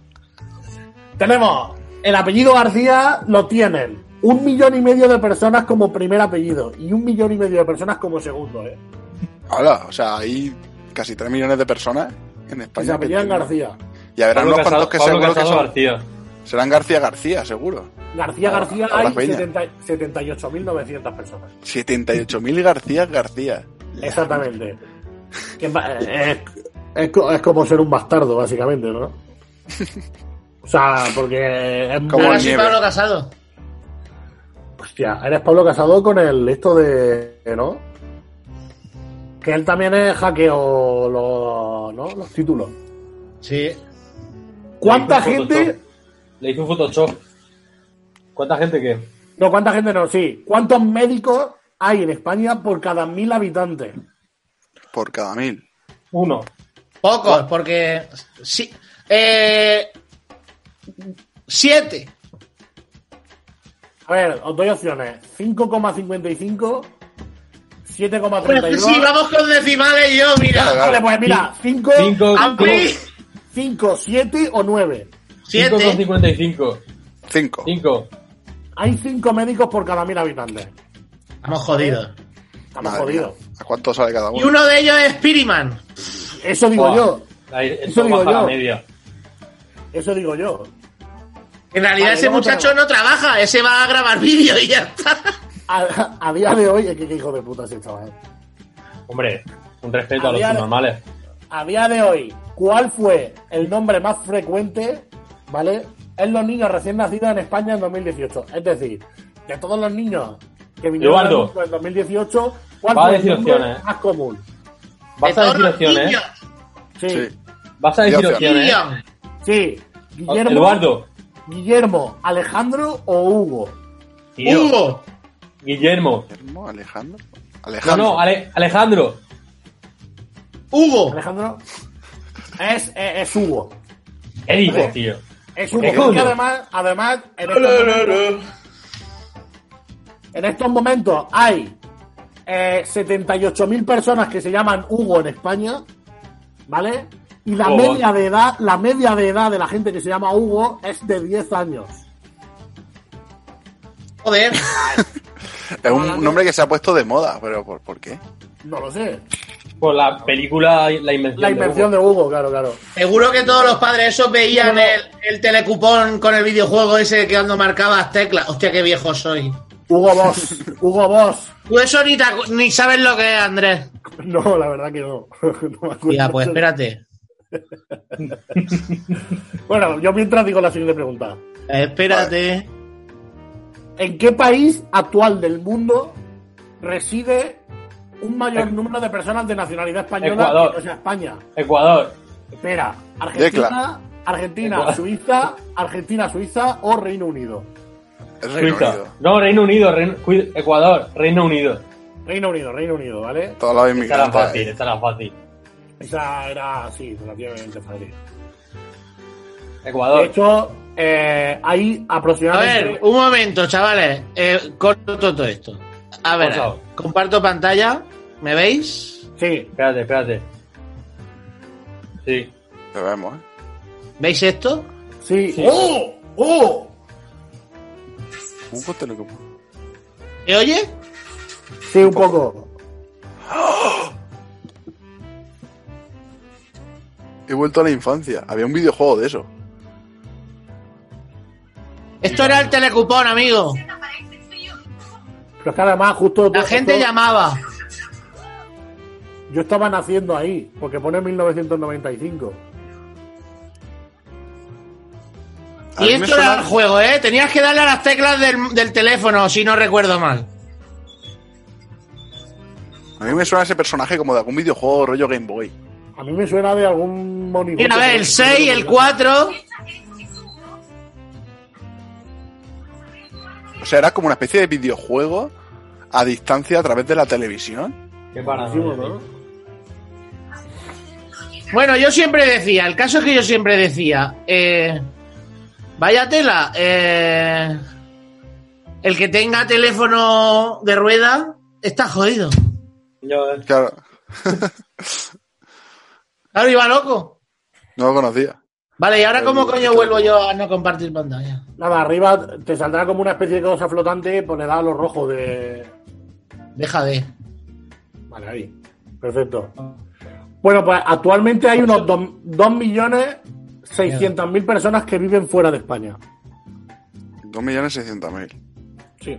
[SPEAKER 1] Tenemos el apellido García, lo tienen un millón y medio de personas como primer apellido y un millón y medio de personas como segundo, ¿eh?
[SPEAKER 3] Hola, o sea, hay casi 3 millones de personas en
[SPEAKER 1] Que se
[SPEAKER 3] España. que
[SPEAKER 1] apellidan
[SPEAKER 3] tienen-
[SPEAKER 1] García.
[SPEAKER 3] Y habrán
[SPEAKER 2] Pablo
[SPEAKER 3] unos cuantos
[SPEAKER 2] Casado,
[SPEAKER 3] que
[SPEAKER 2] Pablo
[SPEAKER 3] seguro que
[SPEAKER 2] Casado
[SPEAKER 3] son.
[SPEAKER 2] García.
[SPEAKER 3] Serán García García, seguro.
[SPEAKER 1] García
[SPEAKER 3] Ahora-
[SPEAKER 1] García
[SPEAKER 3] ahora
[SPEAKER 1] hay
[SPEAKER 3] Peña.
[SPEAKER 1] 70 78.900 personas.
[SPEAKER 3] 78.000 García García.
[SPEAKER 1] Exactamente. Que
[SPEAKER 3] [laughs]
[SPEAKER 1] va- eh, es, es co- es como ser un bastardo, básicamente, ¿no? O sea, porque es
[SPEAKER 3] Como
[SPEAKER 4] Ahora
[SPEAKER 1] muy-
[SPEAKER 4] sí,
[SPEAKER 3] nieve.
[SPEAKER 4] Pablo Casado.
[SPEAKER 1] Hostia, eres Pablo Casado con el esto de. ¿No? Que él también es hackeo los, ¿no? los títulos.
[SPEAKER 4] Sí.
[SPEAKER 1] ¿Cuánta
[SPEAKER 2] Le hizo un
[SPEAKER 1] gente.?
[SPEAKER 2] Photoshop. Le hizo un Photoshop. ¿Cuánta gente qué?
[SPEAKER 1] No, ¿cuánta gente no? Sí. ¿Cuántos médicos hay en España por cada mil habitantes?
[SPEAKER 3] Por cada mil.
[SPEAKER 2] Uno.
[SPEAKER 4] Pocos, porque. Sí. Eh, siete.
[SPEAKER 1] A ver, os doy opciones: 5,55,
[SPEAKER 4] Pero es que
[SPEAKER 1] 7,32.
[SPEAKER 4] Pues sí, vamos con decimales y yo, mira.
[SPEAKER 1] Vale, pues mira, 5,
[SPEAKER 2] Cinco.
[SPEAKER 4] A mí,
[SPEAKER 1] 7 o 9.
[SPEAKER 2] Cinco con
[SPEAKER 4] siete.
[SPEAKER 2] 55.
[SPEAKER 3] 5.
[SPEAKER 2] Cinco.
[SPEAKER 1] Hay 5 médicos por cada 1000 habitantes.
[SPEAKER 4] Estamos jodidos.
[SPEAKER 1] Estamos jodidos.
[SPEAKER 3] ¿A cuánto sale cada
[SPEAKER 4] Y
[SPEAKER 3] uno?
[SPEAKER 4] uno de ellos es Piriman.
[SPEAKER 1] Eso digo
[SPEAKER 2] Buah.
[SPEAKER 1] yo.
[SPEAKER 2] Ahí,
[SPEAKER 1] Eso
[SPEAKER 2] Eso
[SPEAKER 1] digo
[SPEAKER 2] baja
[SPEAKER 1] yo.
[SPEAKER 2] la media.
[SPEAKER 1] Eso digo yo.
[SPEAKER 4] En realidad
[SPEAKER 1] Vale,
[SPEAKER 4] ese
[SPEAKER 1] vamos a
[SPEAKER 4] muchacho no trabaja, ese va a grabar [laughs] vídeo y ya está.
[SPEAKER 1] A, a día de hoy, es que qué hijo de puta es el chaval.
[SPEAKER 2] Hombre, un respeto a los
[SPEAKER 1] Había-
[SPEAKER 2] subnormales.
[SPEAKER 1] A día de hoy, ¿cuál fue el nombre más frecuente, ¿vale? En los niños recién nacidos en España en 2018. Es decir, de todos los niños que vinieron al
[SPEAKER 2] Eduardo.
[SPEAKER 1] mundo en 2018, ¿cuál
[SPEAKER 2] Va a
[SPEAKER 1] fue el
[SPEAKER 2] decir
[SPEAKER 1] nombre
[SPEAKER 2] opciones, ¿eh?
[SPEAKER 1] más común?
[SPEAKER 2] Vas a decir
[SPEAKER 4] De todos los
[SPEAKER 2] opciones. ¿eh?
[SPEAKER 4] niños,
[SPEAKER 1] Sí,
[SPEAKER 3] Sí.
[SPEAKER 1] sí.
[SPEAKER 2] Vas a decir
[SPEAKER 3] Dios,
[SPEAKER 2] opciones. ¿eh?
[SPEAKER 4] niños.
[SPEAKER 1] Guillermo,
[SPEAKER 2] Eduardo.
[SPEAKER 1] Guillermo, Alejandro o Hugo.
[SPEAKER 2] Tío,
[SPEAKER 4] Hugo.
[SPEAKER 2] Guillermo.
[SPEAKER 3] Guillermo, Alejandro.
[SPEAKER 2] No,
[SPEAKER 3] Alejandro.
[SPEAKER 2] no, Ale- Alejandro.
[SPEAKER 4] Hugo.
[SPEAKER 1] Alejandro es, es, es Hugo.
[SPEAKER 2] Edipo, tío.
[SPEAKER 1] Es
[SPEAKER 2] ¿Qué
[SPEAKER 1] Hugo.
[SPEAKER 2] coño?
[SPEAKER 1] Porque además, además en, estos momentos, en estos momentos hay eh, 78.000 personas que se llaman Hugo en España, ¿vale? Y la
[SPEAKER 2] Oh.
[SPEAKER 1] media de edad, la media de edad de la gente que se llama Hugo es de 10 años.
[SPEAKER 4] Joder.
[SPEAKER 3] Es un nombre que se ha puesto de moda, pero ¿por, por qué?
[SPEAKER 1] No lo sé.
[SPEAKER 2] Por la película La Invención.
[SPEAKER 1] La
[SPEAKER 2] de
[SPEAKER 1] invención
[SPEAKER 2] Hugo.
[SPEAKER 1] de Hugo, claro, claro.
[SPEAKER 4] Seguro que todos los padres esos veían el, el telecupón con el videojuego ese que cuando marcabas teclas. Hostia, qué viejo soy.
[SPEAKER 1] Hugo Boss, Hugo Boss.
[SPEAKER 4] Tú eso ni, te acu- ni sabes lo que es, Andrés.
[SPEAKER 1] No, la verdad que no. [laughs] No me acuerdo.
[SPEAKER 4] Ya, pues espérate.
[SPEAKER 1] Bueno, yo mientras digo la siguiente pregunta.
[SPEAKER 4] Espérate.
[SPEAKER 1] ¿En qué país actual del mundo reside un mayor número de personas de nacionalidad española
[SPEAKER 2] Ecuador.
[SPEAKER 1] que no sea España?
[SPEAKER 2] Ecuador.
[SPEAKER 1] Espera, Argentina,
[SPEAKER 3] Tecla.
[SPEAKER 1] Argentina,
[SPEAKER 2] Ecuador.
[SPEAKER 1] Suiza, Argentina, Suiza o Reino Unido.
[SPEAKER 3] Es Reino
[SPEAKER 2] Suiza.
[SPEAKER 3] Unido.
[SPEAKER 2] No, Reino Unido. Reino- Cui- Ecuador. Reino Unido.
[SPEAKER 1] Reino Unido, Reino Unido, ¿vale?
[SPEAKER 3] Todos los
[SPEAKER 2] Esta era
[SPEAKER 3] inmigrantes.
[SPEAKER 2] fácil,
[SPEAKER 3] ahí.
[SPEAKER 2] esta era fácil.
[SPEAKER 1] Esa era, sí, relativamente fácil. De
[SPEAKER 2] Ecuador.
[SPEAKER 1] hecho, eh, hay
[SPEAKER 4] A
[SPEAKER 1] aproximadamente...
[SPEAKER 4] ver, un momento, chavales. Eh, corto todo esto. A ver,
[SPEAKER 2] Por favor.
[SPEAKER 4] comparto pantalla. ¿Me veis?
[SPEAKER 1] Sí,
[SPEAKER 2] Espérate, espérate. Sí.
[SPEAKER 3] Lo vemos, ¿eh?
[SPEAKER 4] ¿Veis esto?
[SPEAKER 1] sí.
[SPEAKER 2] Sí.
[SPEAKER 1] ¡Oh! ¡Oh!
[SPEAKER 3] Hugo te lo como.
[SPEAKER 4] ¿Me oye?
[SPEAKER 1] Sí, un poco.
[SPEAKER 3] He vuelto a la infancia. Había un videojuego de eso.
[SPEAKER 4] Esto era el telecupón, amigo.
[SPEAKER 1] Pero es que además justo...
[SPEAKER 4] La gente
[SPEAKER 1] justo-
[SPEAKER 4] llamaba.
[SPEAKER 1] Yo estaba naciendo ahí, porque pone 1995.
[SPEAKER 3] A
[SPEAKER 4] Y
[SPEAKER 3] mí me
[SPEAKER 4] esto era
[SPEAKER 3] suena-
[SPEAKER 4] el juego, ¿eh? Tenías que darle a las teclas del, del teléfono, si no recuerdo mal.
[SPEAKER 3] A mí me suena ese personaje como de algún videojuego rollo Game Boy.
[SPEAKER 1] A mí me suena de algún monigote.
[SPEAKER 4] Mira, a ver, el 6, el 4.
[SPEAKER 3] O sea, era como una especie de videojuego a distancia a través de la televisión.
[SPEAKER 2] Qué
[SPEAKER 1] Buenísimo,
[SPEAKER 2] paranoia.
[SPEAKER 1] ¿no?
[SPEAKER 4] Bueno, yo siempre decía, el caso es que yo siempre decía, eh, vaya tela, eh, el que tenga teléfono de rueda está jodido.
[SPEAKER 2] Yo, eh.
[SPEAKER 3] Claro,
[SPEAKER 4] Claro, iba loco.
[SPEAKER 3] no lo conocía.
[SPEAKER 4] Vale, ¿y ahora cómo
[SPEAKER 3] El-
[SPEAKER 4] coño vuelvo yo a no compartir pantalla?
[SPEAKER 1] Nada, arriba te saldrá como una especie de cosa flotante, pues le das a lo rojo de...
[SPEAKER 4] Deja de.
[SPEAKER 1] Vale, ahí. Perfecto. Bueno, pues actualmente hay unos dos- 2.600.000 personas que viven fuera de España.
[SPEAKER 3] 2.600.000.
[SPEAKER 1] Sí.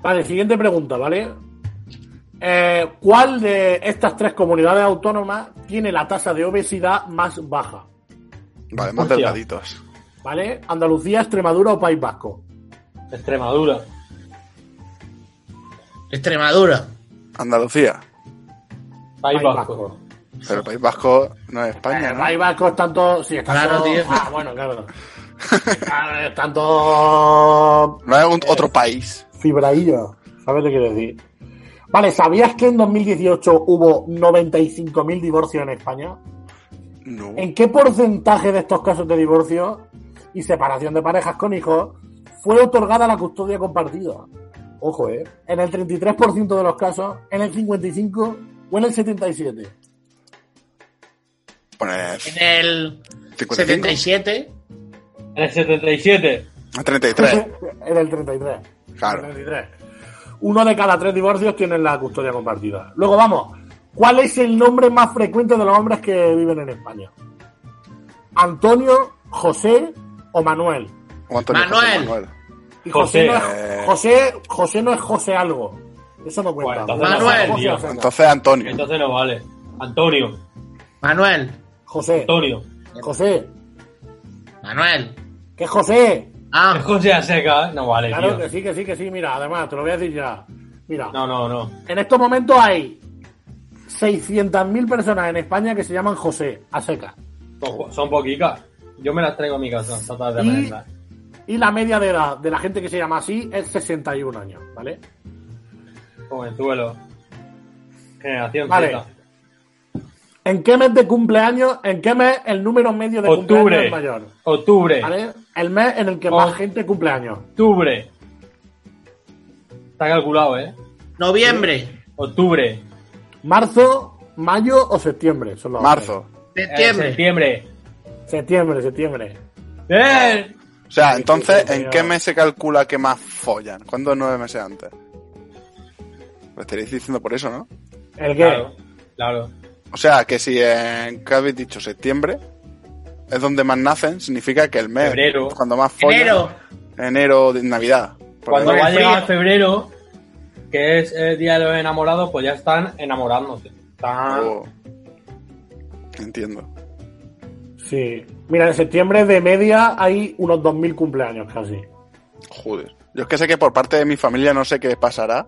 [SPEAKER 1] Vale, siguiente pregunta, ¿vale? Eh, ¿Cuál de estas tres comunidades autónomas tiene la tasa de obesidad más baja?
[SPEAKER 3] Vale, más
[SPEAKER 2] Hostia.
[SPEAKER 3] delgaditos.
[SPEAKER 1] ¿Vale? Andalucía, Extremadura o País Vasco.
[SPEAKER 2] Extremadura.
[SPEAKER 4] Extremadura.
[SPEAKER 3] Andalucía.
[SPEAKER 2] País Vasco.
[SPEAKER 3] Pero el País Vasco no es España,
[SPEAKER 1] Eh,
[SPEAKER 3] ¿no?
[SPEAKER 1] País Vasco es tanto. Sí, es tanto-
[SPEAKER 4] Claro, tío.
[SPEAKER 1] Ah, bueno,
[SPEAKER 3] [laughs]
[SPEAKER 1] claro. Ah, es tanto.
[SPEAKER 3] No es un- otro país.
[SPEAKER 1] Fibraillo. ¿Sabes lo que quiero decir? Vale, ¿sabías que en 2018 hubo 95.000 divorcios en España?
[SPEAKER 3] No.
[SPEAKER 1] ¿En qué porcentaje de estos casos de divorcio y separación de parejas con hijos fue otorgada la custodia compartida? Ojo, ¿eh? En el 33% de los casos, en el 55% o en el 77%.
[SPEAKER 3] Pones Pues,
[SPEAKER 4] En el
[SPEAKER 3] 55.
[SPEAKER 4] 77.
[SPEAKER 2] En el 77.
[SPEAKER 1] [laughs]
[SPEAKER 3] 33.
[SPEAKER 1] en el 33%.
[SPEAKER 3] Claro.
[SPEAKER 1] 33. Uno de cada tres divorcios tienen la custodia compartida. Luego vamos. ¿Cuál es el nombre más frecuente de los hombres que viven en España? Antonio, José, o Manuel.
[SPEAKER 3] O Antonio José
[SPEAKER 4] Manuel.
[SPEAKER 1] Y José,
[SPEAKER 2] José.
[SPEAKER 1] no es, José, José no es José algo. Eso no cuenta.
[SPEAKER 2] Bueno, entonces
[SPEAKER 1] José
[SPEAKER 4] Manuel.
[SPEAKER 1] José
[SPEAKER 2] Tío,
[SPEAKER 1] Asenjo.
[SPEAKER 3] Entonces Antonio.
[SPEAKER 2] Entonces no vale. Antonio,
[SPEAKER 4] Manuel,
[SPEAKER 1] José,
[SPEAKER 2] Antonio.
[SPEAKER 1] José,
[SPEAKER 4] Manuel.
[SPEAKER 1] ¿qué es José?
[SPEAKER 2] Es [laughs]
[SPEAKER 4] Ah,
[SPEAKER 2] José Aseca, ¿eh? no vale,
[SPEAKER 1] Claro
[SPEAKER 2] tío.
[SPEAKER 1] que sí, que sí, que sí. Mira, además, te lo voy a decir ya. Mira,
[SPEAKER 2] No, no, no.
[SPEAKER 1] en estos momentos hay 600.000 personas en España que se llaman José, a seca.
[SPEAKER 2] Son- Son poquicas. Yo me las traigo a mi casa esta tarde a
[SPEAKER 1] Y-
[SPEAKER 2] merendar.
[SPEAKER 1] Y la media de edad de la gente que se llama así es 61 años, ¿vale?
[SPEAKER 2] Jovenzuelo. Generación
[SPEAKER 1] Vale.
[SPEAKER 2] Z.
[SPEAKER 1] ¿En qué mes de cumpleaños, en qué mes el número medio de cumpleaños
[SPEAKER 2] Octubre.
[SPEAKER 1] es mayor?
[SPEAKER 2] Octubre.
[SPEAKER 1] ¿Vale? El mes en el que más
[SPEAKER 2] Oh.
[SPEAKER 1] gente cumple años.
[SPEAKER 2] Octubre. Está calculado, ¿eh?
[SPEAKER 4] noviembre,
[SPEAKER 2] Octubre.
[SPEAKER 1] Marzo, mayo o septiembre. Son los
[SPEAKER 3] Marzo.
[SPEAKER 2] Eh,
[SPEAKER 4] septiembre,
[SPEAKER 2] septiembre.
[SPEAKER 1] meses. Septiembre, septiembre.
[SPEAKER 2] ¡Eh!
[SPEAKER 3] O sea, entonces,
[SPEAKER 1] sí,
[SPEAKER 3] ¿en
[SPEAKER 1] sí,
[SPEAKER 3] qué
[SPEAKER 1] sí.
[SPEAKER 3] mes se calcula que más follan? ¿Cuándo nueve meses antes? Lo estaréis diciendo por eso, ¿no?
[SPEAKER 1] ¿El qué?
[SPEAKER 2] Claro, claro.
[SPEAKER 3] O sea, que si en, ¿qué habéis dicho? Septiembre es donde más nacen, significa que el mes.
[SPEAKER 2] Febrero.
[SPEAKER 3] es Cuando más follan.
[SPEAKER 4] enero,
[SPEAKER 3] Enero, de Navidad. Por
[SPEAKER 2] Cuando
[SPEAKER 3] ahí.
[SPEAKER 2] va a
[SPEAKER 4] el
[SPEAKER 2] llegar
[SPEAKER 4] frío.
[SPEAKER 2] febrero, que es el día de los enamorados, pues ya están enamorándose. Están.
[SPEAKER 3] Oh. Entiendo.
[SPEAKER 1] Sí. Mira, en septiembre de media hay unos 2.000 cumpleaños casi.
[SPEAKER 3] Joder. Yo es que sé que por parte de mi familia no sé qué pasará,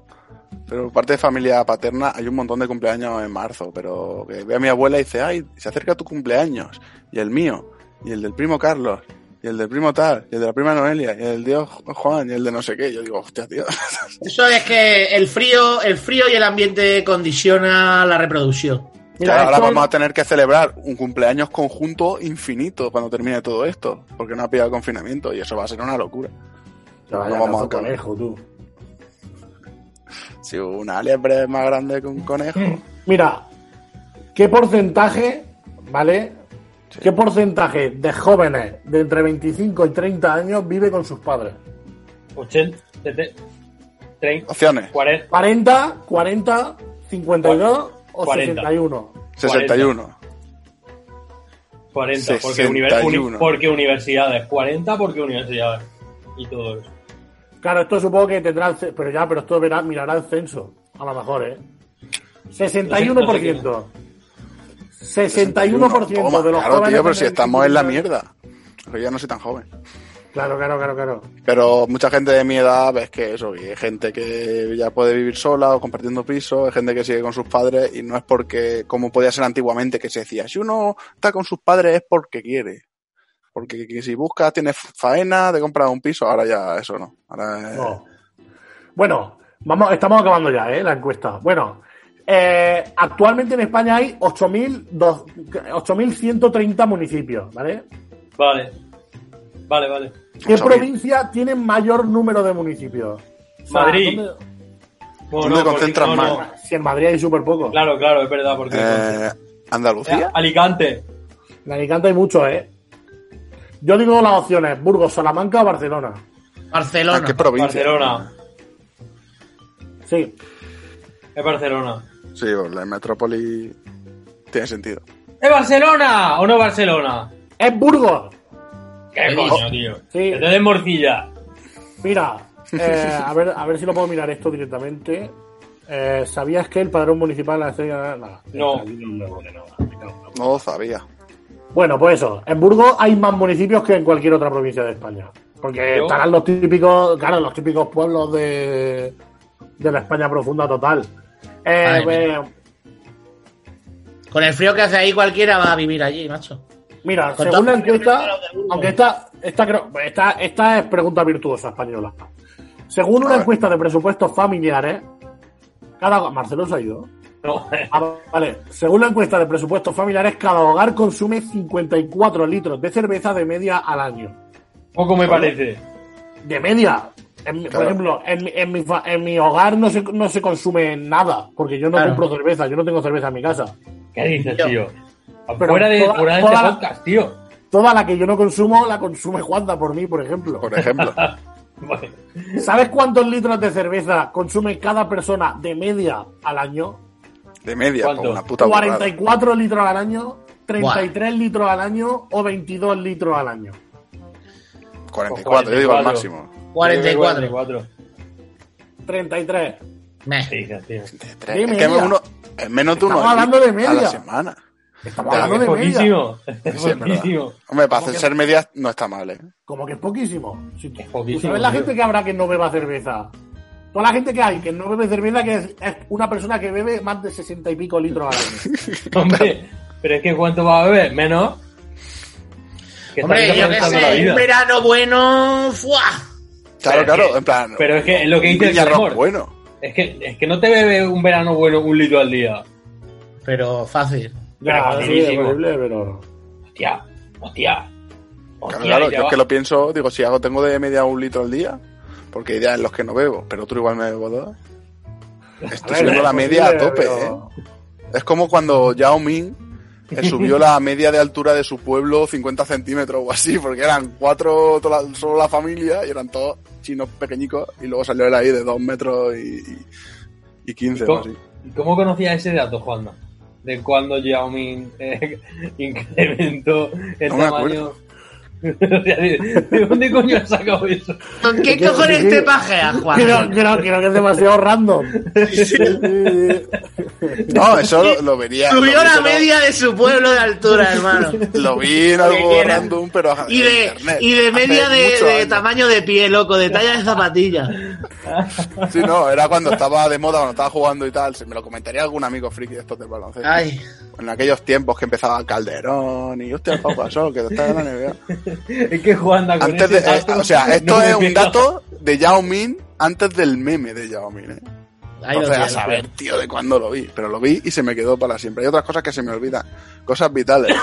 [SPEAKER 3] pero por parte de familia paterna hay un montón de cumpleaños en marzo, pero que ve a mi abuela y dice, ay, se acerca tu cumpleaños, y el mío, y el del primo Carlos, y el del primo tal, y el de la prima Noelia, y el de Ju- Juan, y el de no sé qué. Yo digo, hostia, tío. [laughs]
[SPEAKER 4] eso es que el frío, el frío y el ambiente condiciona la reproducción.
[SPEAKER 1] Mira,
[SPEAKER 3] Claro, ahora
[SPEAKER 1] esto-
[SPEAKER 3] vamos a tener que celebrar un cumpleaños conjunto infinito cuando termine todo esto, porque no ha pillado el confinamiento, y eso va a ser una locura.
[SPEAKER 1] Ya,
[SPEAKER 3] No
[SPEAKER 1] ya, cazo
[SPEAKER 3] vamos a acabar.
[SPEAKER 1] conejo, tú.
[SPEAKER 3] Si una liebre es más grande que un conejo.
[SPEAKER 1] Mm. Mira, ¿qué porcentaje, ¿vale? ¿Qué porcentaje de jóvenes de entre 25 y 30 años vive con sus padres?
[SPEAKER 2] 80, 70, 30,
[SPEAKER 3] Opciones.
[SPEAKER 2] 40,
[SPEAKER 1] 40, 40, 52 o
[SPEAKER 2] 40.
[SPEAKER 1] 61.
[SPEAKER 3] 61.
[SPEAKER 2] 40, porque, univer-
[SPEAKER 3] 61.
[SPEAKER 2] uni- porque universidades, 40 porque universidades y todo eso.
[SPEAKER 1] Claro, esto supongo que tendrá, el ce- pero ya, pero esto verá, mirará el censo, a lo mejor, ¿eh? 61%. 61%
[SPEAKER 3] Toma,
[SPEAKER 1] de los
[SPEAKER 3] claro,
[SPEAKER 1] jóvenes.
[SPEAKER 3] tío, pero si
[SPEAKER 1] tendrán
[SPEAKER 3] estamos en la
[SPEAKER 1] 25
[SPEAKER 3] mierda. Yo ya no soy tan joven.
[SPEAKER 1] Claro, claro, claro, claro.
[SPEAKER 3] Pero mucha gente de mi edad ves que eso, que hay gente que ya puede vivir sola o compartiendo piso, hay gente que sigue con sus padres y no es porque, como podía ser antiguamente, que se decía, si uno está con sus padres es porque quiere. Porque que si buscas, tienes faena, te compras un piso, ahora ya eso no. Ahora es-
[SPEAKER 1] No. Bueno, vamos, estamos acabando ya, ¿eh? La encuesta. Bueno, eh, actualmente en España hay 8.002 8.130 municipios, ¿vale?
[SPEAKER 2] Vale, vale, vale.
[SPEAKER 1] ¿Qué
[SPEAKER 3] 8.000.
[SPEAKER 1] provincia tiene mayor número de municipios? O sea,
[SPEAKER 2] Madrid.
[SPEAKER 1] ¿dónde-
[SPEAKER 2] Bueno,
[SPEAKER 3] ¿Dónde
[SPEAKER 2] porque-
[SPEAKER 3] concentran
[SPEAKER 2] no, no.
[SPEAKER 1] Si en Madrid hay súper poco.
[SPEAKER 2] Claro, claro, es verdad, porque...
[SPEAKER 3] Eh,
[SPEAKER 2] Eh,
[SPEAKER 3] Andalucía,
[SPEAKER 2] Alicante,
[SPEAKER 1] En Alicante hay muchos, ¿eh? Yo digo las opciones: Burgos, Salamanca o Barcelona.
[SPEAKER 3] ¿A Ah, qué
[SPEAKER 4] Barcelona,
[SPEAKER 3] provincia?
[SPEAKER 2] Barcelona,
[SPEAKER 1] Sí.
[SPEAKER 2] es Barcelona.
[SPEAKER 3] Sí, pues, la metrópoli tiene sentido.
[SPEAKER 2] ¡Es Barcelona! ¿O no Barcelona?
[SPEAKER 1] Es Burgos.
[SPEAKER 2] ¿Qué coño, tío?
[SPEAKER 1] Sí.
[SPEAKER 2] Que te den morcilla.
[SPEAKER 1] Mira, eh, a, ver, a ver si lo puedo mirar esto directamente. Eh, ¿Sabías que el padrón municipal de la estrella... nada,
[SPEAKER 2] No.
[SPEAKER 1] aquí me pone nada, me cago en la-
[SPEAKER 3] No lo sabía.
[SPEAKER 1] Bueno, pues eso. En Burgos hay más municipios que en cualquier otra provincia de España. Porque
[SPEAKER 2] Yo-
[SPEAKER 1] estarán los típicos, claro, los típicos pueblos de, de la España profunda total. Eh,
[SPEAKER 4] Madre
[SPEAKER 1] pues,
[SPEAKER 4] con el frío que hace ahí cualquiera va a vivir allí, macho.
[SPEAKER 1] mira,
[SPEAKER 4] Con
[SPEAKER 1] según la
[SPEAKER 4] todo-
[SPEAKER 1] encuesta, aunque esta, esta, creo- esta, esta es pregunta virtuosa española. Según
[SPEAKER 3] A
[SPEAKER 1] una
[SPEAKER 3] ver.
[SPEAKER 1] encuesta de presupuestos familiares, cada... Marcelo se ha ido.
[SPEAKER 2] No, [laughs]
[SPEAKER 1] Ah, Vale, según la encuesta de presupuestos familiares, cada hogar consume 54 litros de cerveza de media al año.
[SPEAKER 2] poco me parece.
[SPEAKER 1] De media. En mi- Por
[SPEAKER 3] Claro.
[SPEAKER 1] ejemplo, en, mi- en mi, fa- en mi hogar no se, no se consume nada, porque yo no
[SPEAKER 4] Claro.
[SPEAKER 1] compro cerveza, yo no tengo cerveza en mi casa.
[SPEAKER 2] ¿Qué dices,
[SPEAKER 4] Tío.
[SPEAKER 2] tío?
[SPEAKER 1] Pero
[SPEAKER 2] fuera de,
[SPEAKER 1] toda-
[SPEAKER 2] fuera de este
[SPEAKER 1] toda-
[SPEAKER 2] podcast, tío.
[SPEAKER 1] Toda la que yo no consumo la consume Juanda por mí, por ejemplo.
[SPEAKER 3] Por ejemplo.
[SPEAKER 2] Vale.
[SPEAKER 1] ¿Sabes cuántos litros de cerveza consume cada persona de media al año?
[SPEAKER 3] De media,
[SPEAKER 2] ¿Cuánto?
[SPEAKER 3] por una puta burrada.
[SPEAKER 1] 44 litros al año, 33 litros al año o 22 litros al año.
[SPEAKER 3] 44, yo digo al máximo.
[SPEAKER 4] 44.
[SPEAKER 1] 33.
[SPEAKER 4] Meh.
[SPEAKER 2] [laughs] Sí, tío. Es
[SPEAKER 3] De
[SPEAKER 1] Sí,
[SPEAKER 3] tres. Es que
[SPEAKER 1] media.
[SPEAKER 3] uno, es menos de uno
[SPEAKER 1] Estamos
[SPEAKER 3] al-
[SPEAKER 1] hablando de
[SPEAKER 3] a
[SPEAKER 1] media.
[SPEAKER 3] la semana.
[SPEAKER 1] Estamos
[SPEAKER 3] Ya, que
[SPEAKER 1] hablando de media.
[SPEAKER 2] poquísimo. [laughs] Es
[SPEAKER 3] Sí, es verdad.
[SPEAKER 2] poquísimo.
[SPEAKER 3] Hombre, para
[SPEAKER 1] ¿Cómo
[SPEAKER 3] hacer
[SPEAKER 1] que-
[SPEAKER 3] ser media no está mal, ¿eh?
[SPEAKER 1] Como que es poquísimo. Si tú-
[SPEAKER 2] Es poquísimo,
[SPEAKER 1] ¿tú ¿Sabes la
[SPEAKER 2] tío.
[SPEAKER 1] gente que habrá que no beba cerveza? Toda la gente que hay que no bebe cerveza, que es, es una persona que bebe más de 60 y pico litros al
[SPEAKER 3] [laughs]
[SPEAKER 1] año.
[SPEAKER 2] Hombre, pero es que ¿cuánto va a beber? Menos. Que
[SPEAKER 4] Hombre,
[SPEAKER 2] está
[SPEAKER 4] yo qué
[SPEAKER 2] aprovechando la
[SPEAKER 4] sé,
[SPEAKER 2] vida.
[SPEAKER 4] un verano bueno, ¡fua!
[SPEAKER 3] Claro,
[SPEAKER 2] es
[SPEAKER 3] claro,
[SPEAKER 2] que-
[SPEAKER 3] en plan.
[SPEAKER 2] Pero es que es lo que
[SPEAKER 3] un
[SPEAKER 2] dice el
[SPEAKER 3] Villarroel
[SPEAKER 2] amor.
[SPEAKER 3] bueno.
[SPEAKER 2] Es que, es que no te bebe un verano bueno un litro al día.
[SPEAKER 4] Pero fácil.
[SPEAKER 2] Pero
[SPEAKER 1] sí, es
[SPEAKER 2] facilísimo.
[SPEAKER 1] horrible, pero.
[SPEAKER 2] Hostia, hostia. Hostia,
[SPEAKER 3] Claro, claro,
[SPEAKER 2] ya
[SPEAKER 3] yo es
[SPEAKER 2] va.
[SPEAKER 3] que lo pienso, digo, si hago, tengo de media un litro al día, porque hay días en los que no bebo, pero tú igual me bebo
[SPEAKER 2] [laughs]
[SPEAKER 3] dos. Estoy
[SPEAKER 1] A ver,
[SPEAKER 3] subiendo la
[SPEAKER 1] es
[SPEAKER 3] media a
[SPEAKER 1] posible,
[SPEAKER 3] tope, ¿eh?
[SPEAKER 1] pero-
[SPEAKER 3] Es como cuando Yao Ming eh, subió
[SPEAKER 4] [laughs]
[SPEAKER 3] la media de altura de su pueblo 50 centímetros o así, porque eran cuatro, toda la- solo la familia, y eran todos chinos pequeñicos, y luego salió él ahí de dos metros y, y, y 15 o
[SPEAKER 2] ¿Cómo,
[SPEAKER 3] así.
[SPEAKER 2] cómo conocías ese dato, Juanma? De cuando Xiao Ming eh, [laughs] incrementó el
[SPEAKER 3] No me
[SPEAKER 2] tamaño. O sea, ¿De de [laughs] dónde coño has sacado eso?
[SPEAKER 4] ¿Con qué cojones te pajeas,
[SPEAKER 1] Creo,
[SPEAKER 4] Juan?
[SPEAKER 1] creo- creo que es demasiado random.
[SPEAKER 3] No, eso lo, lo vería.
[SPEAKER 4] Subió
[SPEAKER 3] lo vi,
[SPEAKER 4] la
[SPEAKER 3] pero-
[SPEAKER 4] media de su pueblo de
[SPEAKER 2] [laughs]
[SPEAKER 4] altura, hermano.
[SPEAKER 3] Lo
[SPEAKER 4] [laughs]
[SPEAKER 3] vi en algo
[SPEAKER 4] quiera.
[SPEAKER 3] random, pero.
[SPEAKER 4] Y
[SPEAKER 3] en
[SPEAKER 4] de,
[SPEAKER 3] internet,
[SPEAKER 4] y de
[SPEAKER 3] hace
[SPEAKER 4] media de,
[SPEAKER 3] muchos
[SPEAKER 4] de
[SPEAKER 3] años.
[SPEAKER 4] tamaño de pie, loco, de talla de zapatilla.
[SPEAKER 3] Sí, no, era cuando estaba de moda, cuando estaba jugando y tal. Se me lo comentaría algún amigo friki de estos del baloncesto.
[SPEAKER 4] Ay,
[SPEAKER 3] En aquellos tiempos que empezaba Calderón y hostia, Pau Gasol, que está en la NBA.
[SPEAKER 2] Es que Juanma con
[SPEAKER 3] Antes de,
[SPEAKER 2] ese
[SPEAKER 3] eh,
[SPEAKER 2] dato
[SPEAKER 3] o sea, esto
[SPEAKER 2] [laughs] no me
[SPEAKER 3] es un
[SPEAKER 2] pega.
[SPEAKER 3] dato de Yao Ming antes del meme de Yao Ming. ¿eh?
[SPEAKER 4] ahí lo
[SPEAKER 3] Entonces, a
[SPEAKER 4] tienes.
[SPEAKER 3] saber, tío, de cuándo lo vi. Pero lo vi y se me quedó para siempre. Hay otras cosas que se me olvidan, cosas
[SPEAKER 2] [coughs]
[SPEAKER 3] vitales.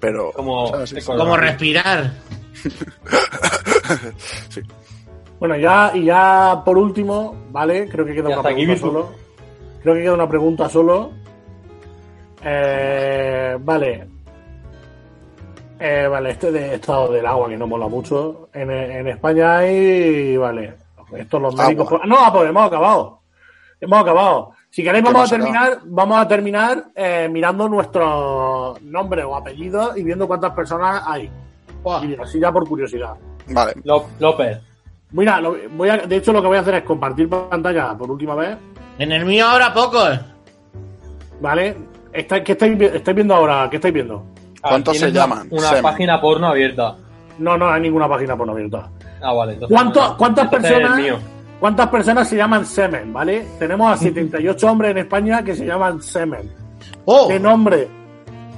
[SPEAKER 3] Pero.
[SPEAKER 2] Como-
[SPEAKER 3] o sea, sí, sí.
[SPEAKER 2] con-
[SPEAKER 4] Como respirar.
[SPEAKER 1] Bueno, ya, y ya por último, ¿vale? Creo que queda
[SPEAKER 2] Ya
[SPEAKER 1] una
[SPEAKER 2] está aquí,
[SPEAKER 1] pregunta
[SPEAKER 2] Virtu.
[SPEAKER 1] solo. Creo que queda una pregunta solo. Eh, vale. Eh, vale, este de estado del agua que no mola mucho. En, en España hay. Vale. Estos los
[SPEAKER 3] Agua.
[SPEAKER 1] médicos. No, pues hemos acabado. Hemos acabado. Si queréis,
[SPEAKER 3] ¿Qué
[SPEAKER 1] vamos a
[SPEAKER 3] más acaba?
[SPEAKER 1] terminar, vamos a terminar eh, mirando nuestros nombres o apellidos y viendo cuántas personas hay.
[SPEAKER 4] Buah.
[SPEAKER 1] Y así ya por curiosidad.
[SPEAKER 3] Vale,
[SPEAKER 2] Ló- López.
[SPEAKER 1] Mira, lo- voy a- de hecho lo que voy a hacer es compartir pantalla por última vez,
[SPEAKER 4] En el mío ahora pocos.
[SPEAKER 1] ¿vale? Está- ¿Qué estáis, vi- estáis viendo ahora? ¿Qué estáis viendo?
[SPEAKER 2] Ah,
[SPEAKER 3] ¿Cuántos
[SPEAKER 2] tienes
[SPEAKER 3] se
[SPEAKER 2] una-
[SPEAKER 3] llaman?
[SPEAKER 2] Una
[SPEAKER 3] Semen.
[SPEAKER 2] página porno abierta.
[SPEAKER 1] No, no hay ninguna página por abierta.
[SPEAKER 2] Ah, vale. entonces-
[SPEAKER 1] ¿Cuánto- ¿Cuántas
[SPEAKER 2] entonces es el
[SPEAKER 1] personas?
[SPEAKER 2] mío.
[SPEAKER 1] ¿Cuántas personas se llaman semen, vale? Tenemos
[SPEAKER 2] [laughs]
[SPEAKER 1] a 78 hombres en España que se llaman semen.
[SPEAKER 4] Oh,
[SPEAKER 1] De nombre.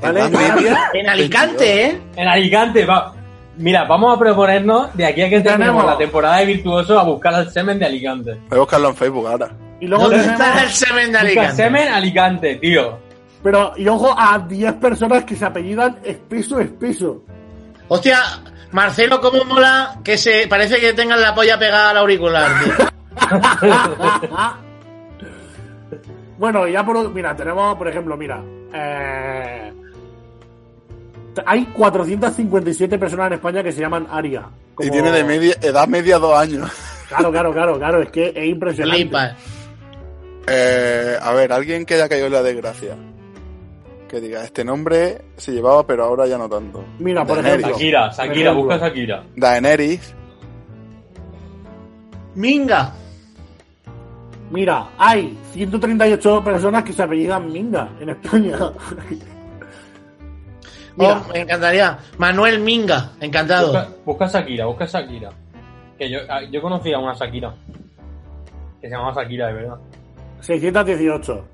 [SPEAKER 1] ¿Vale?
[SPEAKER 3] Edad media,
[SPEAKER 4] en Alicante, ¿eh?
[SPEAKER 2] En Alicante, va. Mira, vamos a proponernos de aquí a que
[SPEAKER 1] Tenemos.
[SPEAKER 2] terminemos la temporada de Virtuoso a buscar al semen de Alicante.
[SPEAKER 3] voy a buscarlo en Facebook ahora.
[SPEAKER 1] Y luego
[SPEAKER 4] ¿Dónde está el
[SPEAKER 1] tenemos.
[SPEAKER 4] semen de
[SPEAKER 2] Busca
[SPEAKER 4] Alicante?
[SPEAKER 2] semen Alicante, tío.
[SPEAKER 1] Pero, y ojo, a 10 personas que se apellidan espeso, espeso.
[SPEAKER 4] Hostia, Marcelo, cómo mola que se parece que tengan la polla pegada al auricular, tío.
[SPEAKER 1] Ah. Bueno, ya por. Mira, tenemos, por ejemplo, mira. eh, hay 457 personas en España que se llaman Aria.
[SPEAKER 3] Y
[SPEAKER 1] Como-
[SPEAKER 3] tiene de media, edad media dos años. [laughs]
[SPEAKER 1] Claro, claro, claro, claro. Es que es impresionante.
[SPEAKER 4] Flipas.
[SPEAKER 3] Eh, a ver, alguien que haya caído en la desgracia. Que diga, este nombre se llevaba, pero ahora ya no tanto.
[SPEAKER 1] Mira, por
[SPEAKER 3] Daenerys.
[SPEAKER 1] ejemplo.
[SPEAKER 2] Shakira, Shakira,
[SPEAKER 1] Por
[SPEAKER 2] busca
[SPEAKER 1] ejemplo.
[SPEAKER 2] a Shakira.
[SPEAKER 3] Daenerys.
[SPEAKER 4] Minga.
[SPEAKER 1] Mira, hay 138 personas que se apellidan Minga en España. [laughs] Mira.
[SPEAKER 4] Oh, me encantaría. Manuel Minga,
[SPEAKER 2] Busca,
[SPEAKER 4] encantado.
[SPEAKER 2] busca a Shakira, busca a Shakira. Que yo, a- yo conocí a una Shakira. Que se llamaba Shakira, de verdad.
[SPEAKER 1] 618.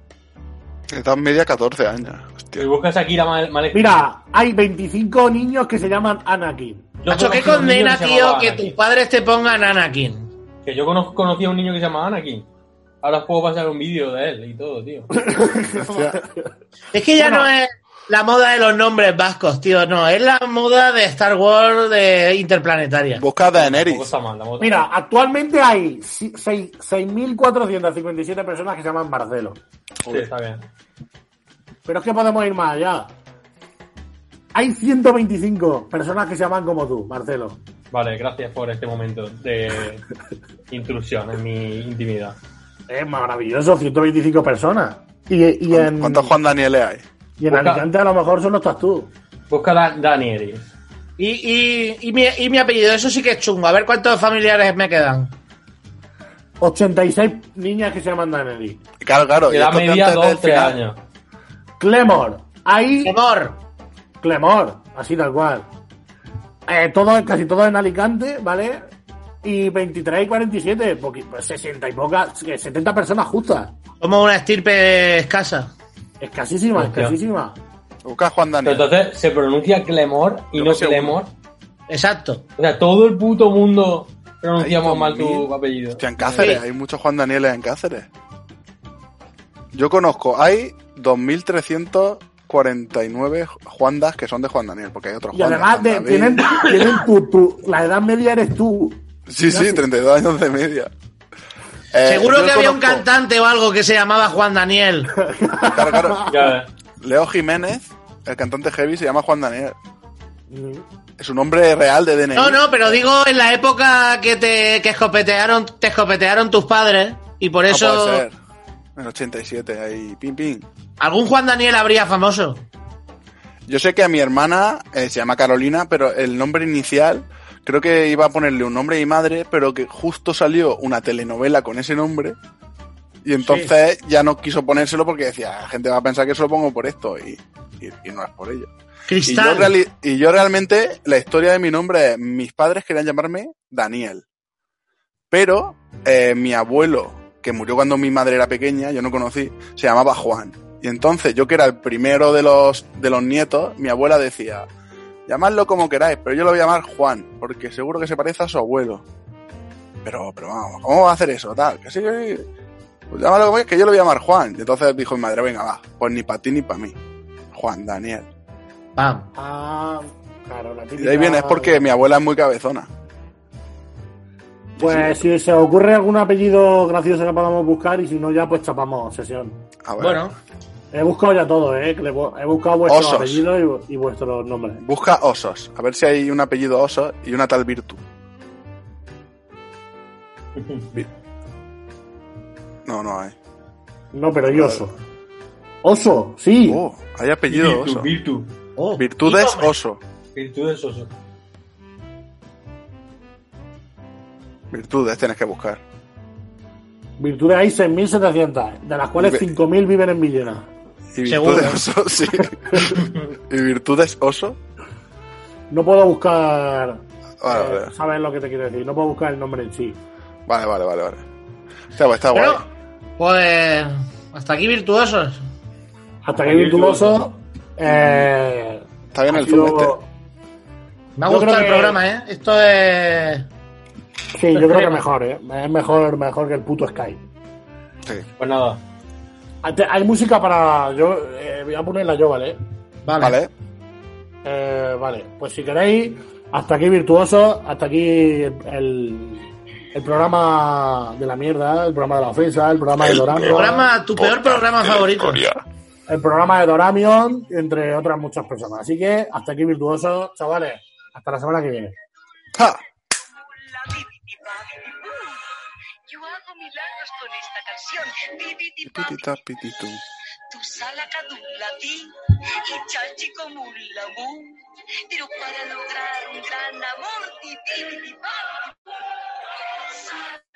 [SPEAKER 3] Edad media 14 años.
[SPEAKER 2] Y
[SPEAKER 3] Hostia.
[SPEAKER 2] busca a Shakira mal, mal escrita.
[SPEAKER 1] Mira, hay 25 niños que se llaman Anakin.
[SPEAKER 2] Yo
[SPEAKER 4] Macho, qué
[SPEAKER 2] conocí a un niño
[SPEAKER 4] condena,
[SPEAKER 2] se
[SPEAKER 4] tío,
[SPEAKER 2] llamaba
[SPEAKER 4] que
[SPEAKER 2] Anakin.
[SPEAKER 4] tus padres te pongan Anakin.
[SPEAKER 2] Que yo conozco, conocí a un niño que se llamaba Anakin. Ahora os puedo pasar un vídeo de él y todo,
[SPEAKER 3] [laughs]
[SPEAKER 2] tío.
[SPEAKER 3] Hostia.
[SPEAKER 4] Es que ya
[SPEAKER 1] Bueno.
[SPEAKER 4] no es la moda de los nombres vascos, tío, no. Es la moda de Star Wars de interplanetaria.
[SPEAKER 3] Busca a
[SPEAKER 2] Tampoco
[SPEAKER 3] Daenerys.
[SPEAKER 2] está mal, tampoco está
[SPEAKER 1] Mira, actualmente hay si- seis- 6.457 personas que se llaman Marcelo.
[SPEAKER 2] mal. Sí, está bien.
[SPEAKER 1] Pero es que podemos ir más allá. Hay 125 personas que se llaman como tú, Marcelo.
[SPEAKER 2] Vale, gracias por este momento de
[SPEAKER 3] [laughs]
[SPEAKER 2] intrusión en mi intimidad.
[SPEAKER 1] Es maravilloso, 125 personas. Y, y en,
[SPEAKER 3] ¿Cuántos Juan Danieles hay?
[SPEAKER 1] y en
[SPEAKER 2] Busca-
[SPEAKER 1] Alicante a lo mejor solo estás tú.
[SPEAKER 2] Busca a Danieris.
[SPEAKER 4] Y, y, y mi, y mi apellido, eso sí que es chungo. A ver cuántos familiares me quedan.
[SPEAKER 1] 86 niñas que se llaman Daenerys.
[SPEAKER 3] Claro, claro.
[SPEAKER 2] Y
[SPEAKER 3] y
[SPEAKER 2] la
[SPEAKER 3] esto es
[SPEAKER 2] media
[SPEAKER 3] antes del
[SPEAKER 2] 2-3
[SPEAKER 3] final.
[SPEAKER 2] años.
[SPEAKER 1] Clemor. Ahí,
[SPEAKER 4] Amor.
[SPEAKER 1] Clemor. Así tal cual. Eh, todo, casi todo en Alicante, ¿vale? Y 23 y 47, porque, pues, 60 y pocas, que 70 personas justas.
[SPEAKER 4] Somos una estirpe escasa.
[SPEAKER 1] Escasísima,
[SPEAKER 2] Hostia.
[SPEAKER 1] escasísima.
[SPEAKER 3] Busca Juan
[SPEAKER 2] Pero
[SPEAKER 3] Daniel.
[SPEAKER 2] entonces se pronuncia Clemor y
[SPEAKER 3] Yo
[SPEAKER 2] no
[SPEAKER 3] me sé uno.
[SPEAKER 2] Clemor.
[SPEAKER 4] Exacto.
[SPEAKER 2] O sea, todo el puto mundo pronunciamos
[SPEAKER 3] Ay,
[SPEAKER 2] mal tu
[SPEAKER 3] también.
[SPEAKER 2] apellido.
[SPEAKER 3] Hostia, en Cáceres,
[SPEAKER 4] Sí.
[SPEAKER 3] hay muchos Juan Danieles en Cáceres. Yo conozco, hay 2.349 Juandas que son de Juan Daniel, porque hay otros
[SPEAKER 1] Y
[SPEAKER 3] Juan
[SPEAKER 1] además de-
[SPEAKER 3] [coughs]
[SPEAKER 1] tienen, tienen tu, tu- la edad media eres tú.
[SPEAKER 3] Sí, sí, 32 años de media. Eh,
[SPEAKER 4] Seguro
[SPEAKER 3] yo
[SPEAKER 4] que había un
[SPEAKER 3] conozco-
[SPEAKER 4] cantante o algo que se llamaba Juan Daniel.
[SPEAKER 3] Claro,
[SPEAKER 4] [laughs]
[SPEAKER 3] claro.
[SPEAKER 2] Ya ves.
[SPEAKER 3] Leo Jiménez, el cantante heavy, se llama Juan Daniel.
[SPEAKER 1] Mm.
[SPEAKER 3] Es un nombre real de DNI.
[SPEAKER 4] No, no, pero digo en la época que te que escopetearon, te escopetearon tus padres y por
[SPEAKER 3] No
[SPEAKER 4] eso
[SPEAKER 3] Ah, puede ser. En 87, ahí, pim, pim.
[SPEAKER 4] algún Juan Daniel habría famoso.
[SPEAKER 3] Yo sé que a mi hermana eh, se llama Carolina, pero el nombre inicial creo que iba a ponerle un nombre y madre, pero que justo salió una telenovela con ese nombre y entonces ya no quiso ponérselo porque decía, la gente va a pensar que se lo pongo por esto y, y- y no es por ello. Y yo,
[SPEAKER 4] Cristal.
[SPEAKER 3] reali- y yo realmente la historia de mi nombre es, mis padres querían llamarme Daniel, pero eh, mi abuelo, que murió cuando mi madre era pequeña, yo no conocí, se llamaba Juan. Y entonces yo que era el primero de los, de los nietos, mi abuela decía, llamadlo como queráis, pero yo lo voy a llamar Juan, porque seguro que se parece a su abuelo. Pero, pero vamos, ¿cómo va a hacer eso? Tal, que sí, que sí. Pues llámalo como es, que yo lo voy a llamar Juan. Y entonces dijo mi madre, venga, va, pues ni para ti ni para mí. Juan Daniel.
[SPEAKER 4] Pam.
[SPEAKER 1] Ah, claro, la
[SPEAKER 3] Y de ahí viene, es porque mi abuela es muy cabezona.
[SPEAKER 1] Pues si se os ocurre algún apellido gracioso que podamos buscar y si no ya pues chapamos sesión.
[SPEAKER 3] A ver,
[SPEAKER 4] Bueno,
[SPEAKER 1] He buscado ya todo, ¿eh? que le vo- He buscado vuestros
[SPEAKER 3] Osos.
[SPEAKER 1] apellidos y, vu- y vuestros nombres.
[SPEAKER 3] Busca osos. A ver si hay un apellido oso y una tal
[SPEAKER 4] [laughs]
[SPEAKER 3] virtud. Vi- No, no hay.
[SPEAKER 1] No, pero y oso. Oso, sí.
[SPEAKER 3] Oh, hay apellido
[SPEAKER 2] Virtu,
[SPEAKER 3] oso.
[SPEAKER 2] Virtu.
[SPEAKER 4] oh,
[SPEAKER 3] Virtudes oso.
[SPEAKER 2] Virtudes oso.
[SPEAKER 3] Virtudes tienes que buscar.
[SPEAKER 1] Virtudes hay 6.700, de las cuales
[SPEAKER 3] Ve-
[SPEAKER 1] 5.000 viven en Villena.
[SPEAKER 3] Y
[SPEAKER 4] Seguro.
[SPEAKER 3] virtudes oso,
[SPEAKER 4] [laughs]
[SPEAKER 3] sí. y virtudes oso.
[SPEAKER 1] No puedo buscar...
[SPEAKER 3] Vale,
[SPEAKER 1] eh,
[SPEAKER 3] vale,
[SPEAKER 1] sabes lo que te quiero decir, no puedo buscar el nombre en sí.
[SPEAKER 3] vale, vale, vale. vale. Hostia, pues está
[SPEAKER 4] Bueno,
[SPEAKER 3] guay.
[SPEAKER 4] pues hasta aquí virtuosos.
[SPEAKER 1] Hasta que Virtuoso... Eh,
[SPEAKER 3] Está bien
[SPEAKER 1] ha
[SPEAKER 3] el
[SPEAKER 1] sido-
[SPEAKER 3] zoom este.
[SPEAKER 4] Me ha
[SPEAKER 1] Yo
[SPEAKER 4] gustado
[SPEAKER 1] creo
[SPEAKER 4] el
[SPEAKER 1] que-
[SPEAKER 4] programa, ¿eh? Esto es...
[SPEAKER 1] Sí, yo creo que mejor, ¿eh? Es mejor, mejor que el puto Sky.
[SPEAKER 3] Sí.
[SPEAKER 2] Pues nada.
[SPEAKER 1] Ante- Hay música para. Yo eh, voy a ponerla yo, ¿vale?
[SPEAKER 4] Vale.
[SPEAKER 3] Vale.
[SPEAKER 1] Eh, vale, pues si queréis, hasta aquí Virtuoso, hasta aquí el, el programa de la mierda, el programa de la ofensa, el programa de Doramion,
[SPEAKER 4] Programa, tu peor programa favorito.
[SPEAKER 1] el programa de Doramion, entre otras muchas personas. Así que hasta aquí Virtuoso, chavales, hasta la semana que viene.
[SPEAKER 3] ¡Ja!
[SPEAKER 5] Yo hago milagros con esta canción. Di, di, di, pa,
[SPEAKER 3] Pitita, pititú.
[SPEAKER 5] tu salacadulati y chachi como un labú. Pero para lograr un gran amor, di, di, di, di, pa.